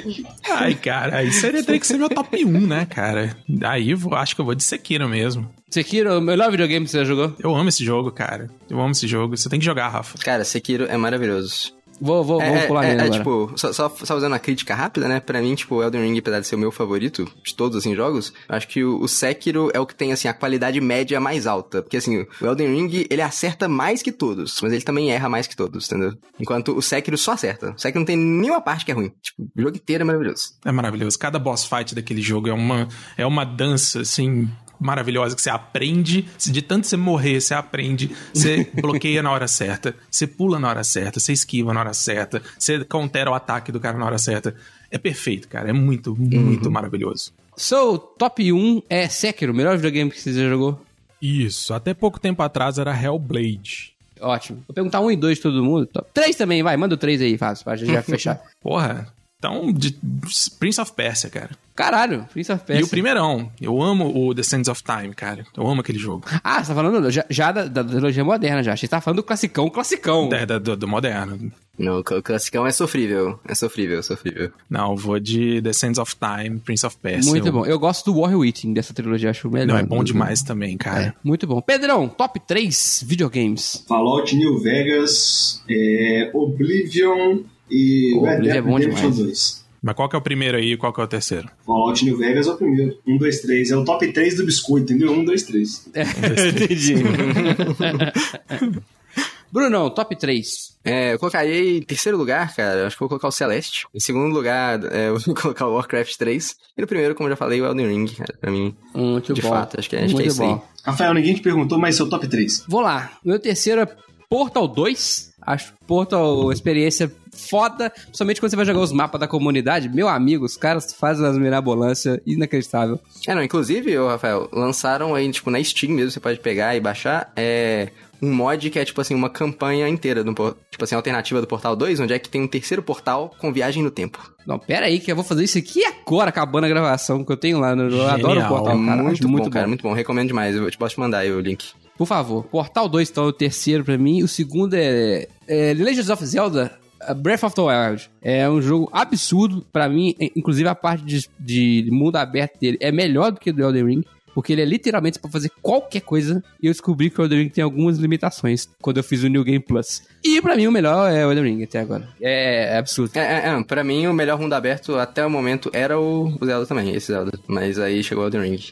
Speaker 1: Ai, cara, aí seria, teria que ser meu top 1, né, cara? Aí eu vou- acho que eu vou de Sekiro mesmo.
Speaker 2: Sekiro, o melhor videogame que você já jogou?
Speaker 1: Eu amo esse jogo, cara. Eu amo esse jogo. Você tem que jogar, Rafa.
Speaker 3: Cara, Sekiro é maravilhoso.
Speaker 2: Vou, vou,
Speaker 3: É,
Speaker 2: vamos pular
Speaker 3: é,
Speaker 2: nele
Speaker 3: é,
Speaker 2: agora.
Speaker 3: tipo, só, só, só fazendo uma crítica rápida, né? Pra mim, tipo, Elden Ring, apesar de ser o meu favorito de todos, assim, jogos, eu acho que o, o Sekiro é o que tem, assim, a qualidade média mais alta. Porque, assim, o Elden Ring, ele acerta mais que todos, mas ele também erra mais que todos, entendeu? Enquanto o Sekiro só acerta. O Sekiro não tem nenhuma parte que é ruim. Tipo, o jogo inteiro é maravilhoso.
Speaker 1: É maravilhoso. Cada boss fight daquele jogo é uma, é uma dança, assim, maravilhosa que você aprende. Se De tanto você morrer, você aprende. Você bloqueia na hora certa. Você pula na hora certa. Você esquiva na hora certa. Você countera o ataque do cara na hora certa. É perfeito, cara. É muito, muito maravilhoso.
Speaker 2: Seu top 1 é Sekiro, o melhor videogame que você já jogou?
Speaker 1: Isso. Até pouco tempo atrás era Hellblade.
Speaker 2: Ótimo. Vou perguntar um e dois de todo mundo. Top. Três também, vai. Manda o três aí, Fábio, pra gente já fechar.
Speaker 1: Porra. Então, de- Prince of Persia, cara.
Speaker 2: Caralho, Prince of Persia.
Speaker 1: E o primeirão. Eu amo o The Sands of Time, cara. Eu amo aquele jogo.
Speaker 2: Ah, você tá falando já, já da, da trilogia moderna, já. Achei que você tá falando do classicão, classicão.
Speaker 1: Da- da- do, do moderno.
Speaker 3: Não, o classicão é sofrível. É sofrível, sofrível.
Speaker 1: Não, eu vou de The Sands of Time, Prince of Persia.
Speaker 2: Muito
Speaker 1: Eu-
Speaker 2: bom. né? Eu gosto do War Witting dessa trilogia, acho o melhor.
Speaker 1: Não, é bom
Speaker 2: Do-
Speaker 1: demais também, cara.
Speaker 2: Muito bom. Pedrão, top 3 videogames.
Speaker 4: Fallout New Vegas, é, Oblivion e
Speaker 2: Pô,
Speaker 4: Red
Speaker 2: Oblivion
Speaker 4: Dead
Speaker 2: é bom
Speaker 4: Redemption
Speaker 2: demais.
Speaker 4: 2.
Speaker 1: Mas qual que é o primeiro aí e qual que é o terceiro?
Speaker 4: Fallout New Vegas é o primeiro. 1, 2, 3. É o top 3 do biscoito, entendeu? 1, 2, 3.
Speaker 2: Entendi. Brunão, top 3.
Speaker 3: É, eu colocaria em terceiro lugar, cara, acho que eu vou colocar o Celeste. Em segundo lugar, é, eu vou colocar o Warcraft 3. E no primeiro, como eu já falei, o Elden Ring, cara, pra mim.
Speaker 2: Muito
Speaker 3: De
Speaker 2: bom.
Speaker 3: fato, acho que é- acho que é
Speaker 2: Muito
Speaker 3: isso
Speaker 2: bom.
Speaker 3: aí.
Speaker 4: Rafael, ninguém te perguntou, mas seu top 3.
Speaker 2: Vou lá. Meu terceiro é Portal 2. Acho Portal experiência foda, principalmente quando você vai jogar os mapas da comunidade. Meu amigo, os caras fazem umas mirabolâncias inacreditável.
Speaker 3: É, não, inclusive, ô, Rafael, lançaram aí, tipo, na Steam mesmo, você pode pegar e baixar, é... Um mod que é, tipo assim, uma campanha inteira, do, por- tipo assim, alternativa do Portal 2, onde é que tem um terceiro portal com viagem no tempo.
Speaker 2: Não, pera aí que eu vou fazer isso aqui agora, acabando a gravação que eu tenho lá. no- Eu adoro o
Speaker 1: Genial.
Speaker 2: Portal,
Speaker 3: é
Speaker 2: cara.
Speaker 3: muito,
Speaker 2: Acho
Speaker 3: bom, cara, muito bom. Recomendo demais, eu te posso te mandar aí o link.
Speaker 2: Por favor, Portal 2 então é o terceiro pra mim. O segundo é, é Legends of Zelda uh, Breath of the Wild. É um jogo absurdo pra mim, é, inclusive a parte de, de mundo aberto dele é melhor do que do Elden Ring. Porque ele é literalmente pra fazer qualquer coisa. E eu descobri que o Elden Ring tem algumas limitações quando eu fiz o New Game Plus. E pra mim o melhor é o Elden Ring até agora. É, é absurdo.
Speaker 3: É, é, é, pra mim, o melhor mundo aberto até o momento era o, o Zelda também, esse Zelda. Mas aí chegou o Elden Ring.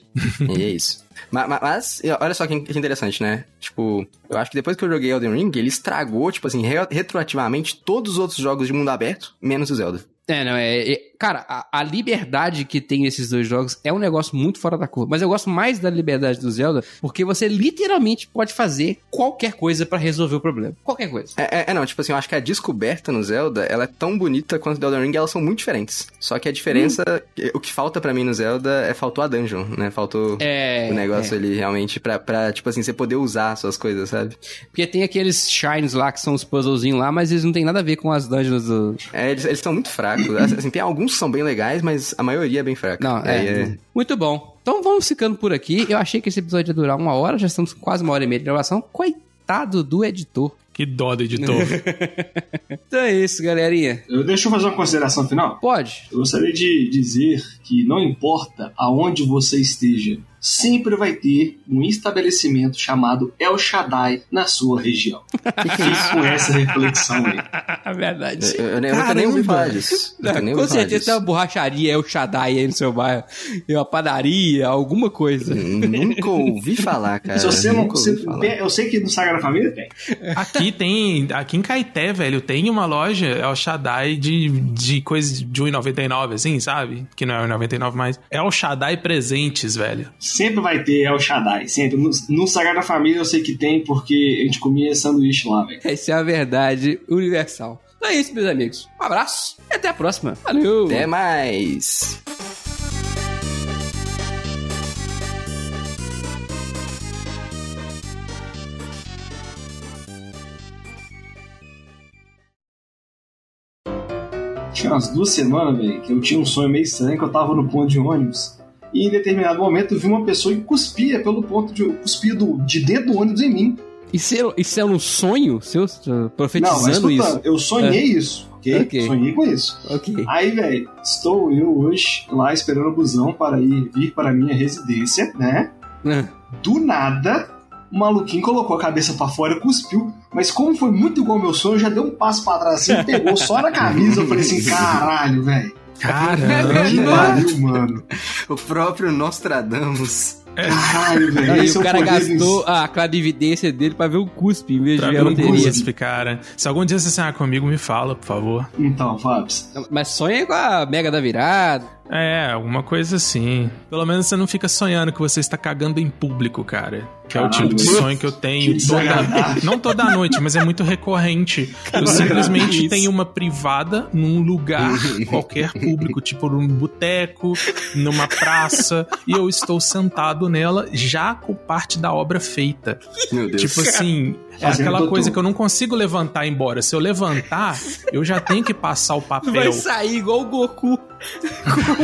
Speaker 3: e é isso. Ma- ma- Mas, e olha só que, in- que interessante, né? Tipo, eu acho que depois que eu joguei Elden Ring, ele estragou, tipo assim, re- retroativamente todos os outros jogos de mundo aberto, menos o Zelda.
Speaker 2: É, não, é. é- cara, a, a liberdade que tem esses dois jogos é um negócio muito fora da curva. Mas eu gosto mais da liberdade do Zelda, porque você literalmente pode fazer qualquer coisa pra resolver o problema. Qualquer coisa.
Speaker 3: É, é- é, não, tipo assim, eu acho que a descoberta no Zelda, ela é tão bonita quanto do Elden Ring, elas são muito diferentes. Só que a diferença,
Speaker 2: Hum.
Speaker 3: o que falta pra mim no Zelda é faltou a dungeon, né? Faltou
Speaker 2: É.
Speaker 3: o negócio
Speaker 2: é.
Speaker 3: ali realmente pra, pra, tipo assim, você poder usar as suas coisas, sabe?
Speaker 2: Porque tem aqueles shines lá que são os puzzlezinhos lá, mas eles não tem nada a ver com as dungeons do.
Speaker 3: É, eles, eles são muito fracos. Assim, tem alguns que são bem legais, mas a maioria é bem fraca.
Speaker 2: Não, é.
Speaker 3: Aí
Speaker 2: Muito bom. Então vamos ficando por aqui. Eu achei que esse episódio ia durar uma hora, já estamos com quase uma hora e meia de gravação. Coitado do editor.
Speaker 1: Que dó do editor.
Speaker 2: Então é isso, galerinha.
Speaker 4: Eu, deixa eu fazer uma consideração final.
Speaker 2: Pode.
Speaker 4: Eu gostaria de dizer que não importa aonde você esteja, sempre vai ter um estabelecimento chamado El Shaddai na sua região. Fique com essa reflexão aí.
Speaker 2: É verdade.
Speaker 3: Eu, eu, nem- eu nunca nem ouvi
Speaker 1: Caramba.
Speaker 3: falar disso. Nunca nem
Speaker 2: com
Speaker 3: ouvi falar
Speaker 2: certeza tem uma borracharia, é o Shaddai aí no seu bairro, é uma padaria, alguma coisa.
Speaker 3: disso. Nunca ouvi falar, cara.
Speaker 4: Se você não.
Speaker 3: nunca ouvi
Speaker 4: se-
Speaker 3: falar.
Speaker 4: tem- eu sei que no Sagrada Família tem.
Speaker 1: aqui tem. Aqui em Caeté, velho, tem uma loja, é o Shaddai de, de coisa de 1,99, assim, sabe? Que não é 1,99, mas. É o Shaddai Presentes, velho.
Speaker 4: Sempre vai ter El Shaddai, sempre. No, no Sagrada Família eu sei que tem, porque a gente comia sanduíche lá, velho.
Speaker 2: Essa é a verdade universal. Então é isso, meus amigos. Um abraço e até a próxima. Valeu!
Speaker 3: Até mais.
Speaker 4: Tinha umas duas semanas, velho, que eu tinha um sonho meio estranho, que eu tava no ponto de ônibus. E em determinado momento eu vi uma pessoa que cuspia pelo ponto de. cuspia do- de dentro do ônibus em mim.
Speaker 2: Isso era, isso era um sonho seu? Profetizando
Speaker 4: Não, mas
Speaker 2: isso? É.
Speaker 4: escutando, Ah, eu sonhei isso, ok?
Speaker 2: Ok.
Speaker 4: Sonhei com isso.
Speaker 2: Ok.
Speaker 4: Aí, velho, estou eu hoje lá esperando o busão para ir vir para a minha residência, né?
Speaker 2: Ah,
Speaker 4: Do nada, o maluquinho colocou a cabeça pra fora, cuspiu, mas como foi muito igual ao meu sonho, já deu um passo pra trás assim, pegou só na camisa. Eu falei assim: caralho, velho.
Speaker 1: Caramba!
Speaker 4: Que pariu, mano.
Speaker 3: O próprio Nostradamus.
Speaker 4: Caralho, velho.
Speaker 2: Aí
Speaker 4: Esse é
Speaker 2: o cara
Speaker 4: poder
Speaker 2: gastou a clarividência dele pra ver o cuspe em vez de
Speaker 1: Pra
Speaker 2: ver a
Speaker 1: ver um
Speaker 2: loteria.
Speaker 1: cuspe, cara. Se algum dia você sonhar comigo, me fala, por favor.
Speaker 4: desse- Então, Fábio.
Speaker 2: Mas sonha com a mega da virada.
Speaker 1: É, alguma coisa assim. Pelo menos você não fica sonhando que você está cagando em público, cara. Que é o
Speaker 4: Caralho,
Speaker 1: tipo de
Speaker 4: isso-
Speaker 1: sonho que eu tenho
Speaker 4: Ah, que
Speaker 1: toda,
Speaker 4: desagradável.
Speaker 1: não toda noite, mas é muito recorrente. Eu
Speaker 4: Caralho,
Speaker 1: simplesmente
Speaker 4: isso.
Speaker 1: tenho uma privada num lugar qualquer público, tipo num boteco, numa praça, e eu estou sentado nela já com parte da obra feita.
Speaker 3: Meu Deus.
Speaker 1: Tipo assim, é
Speaker 4: Fazendo
Speaker 1: aquela
Speaker 4: tudo.
Speaker 1: coisa que eu não consigo levantar e ir embora. Se eu levantar, eu já tenho que passar o
Speaker 2: Vai
Speaker 1: papel.
Speaker 2: sair igual o Goku.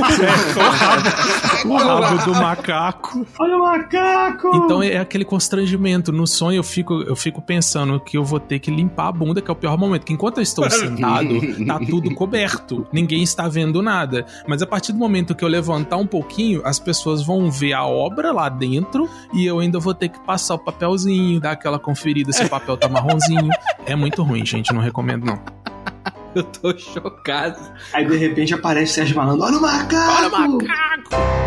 Speaker 1: O rabo do macaco.
Speaker 4: Olha o macaco!
Speaker 1: Então é aquele constrangimento. No sonho eu fico, eu fico pensando que eu vou ter que limpar a bunda, que é o pior momento. Que enquanto eu estou sentado, tá tudo coberto. Ninguém está vendo nada. Mas a partir do momento que eu levantar um pouquinho, as pessoas vão ver a obra lá dentro e eu ainda vou ter que passar o papelzinho, dar aquela conferida se o papel tá marronzinho. É muito ruim, gente. Não recomendo, não.
Speaker 2: Eu tô chocado.
Speaker 4: Aí de repente aparece o Sérgio Malandro. Olha o macaco! Olha o macaco!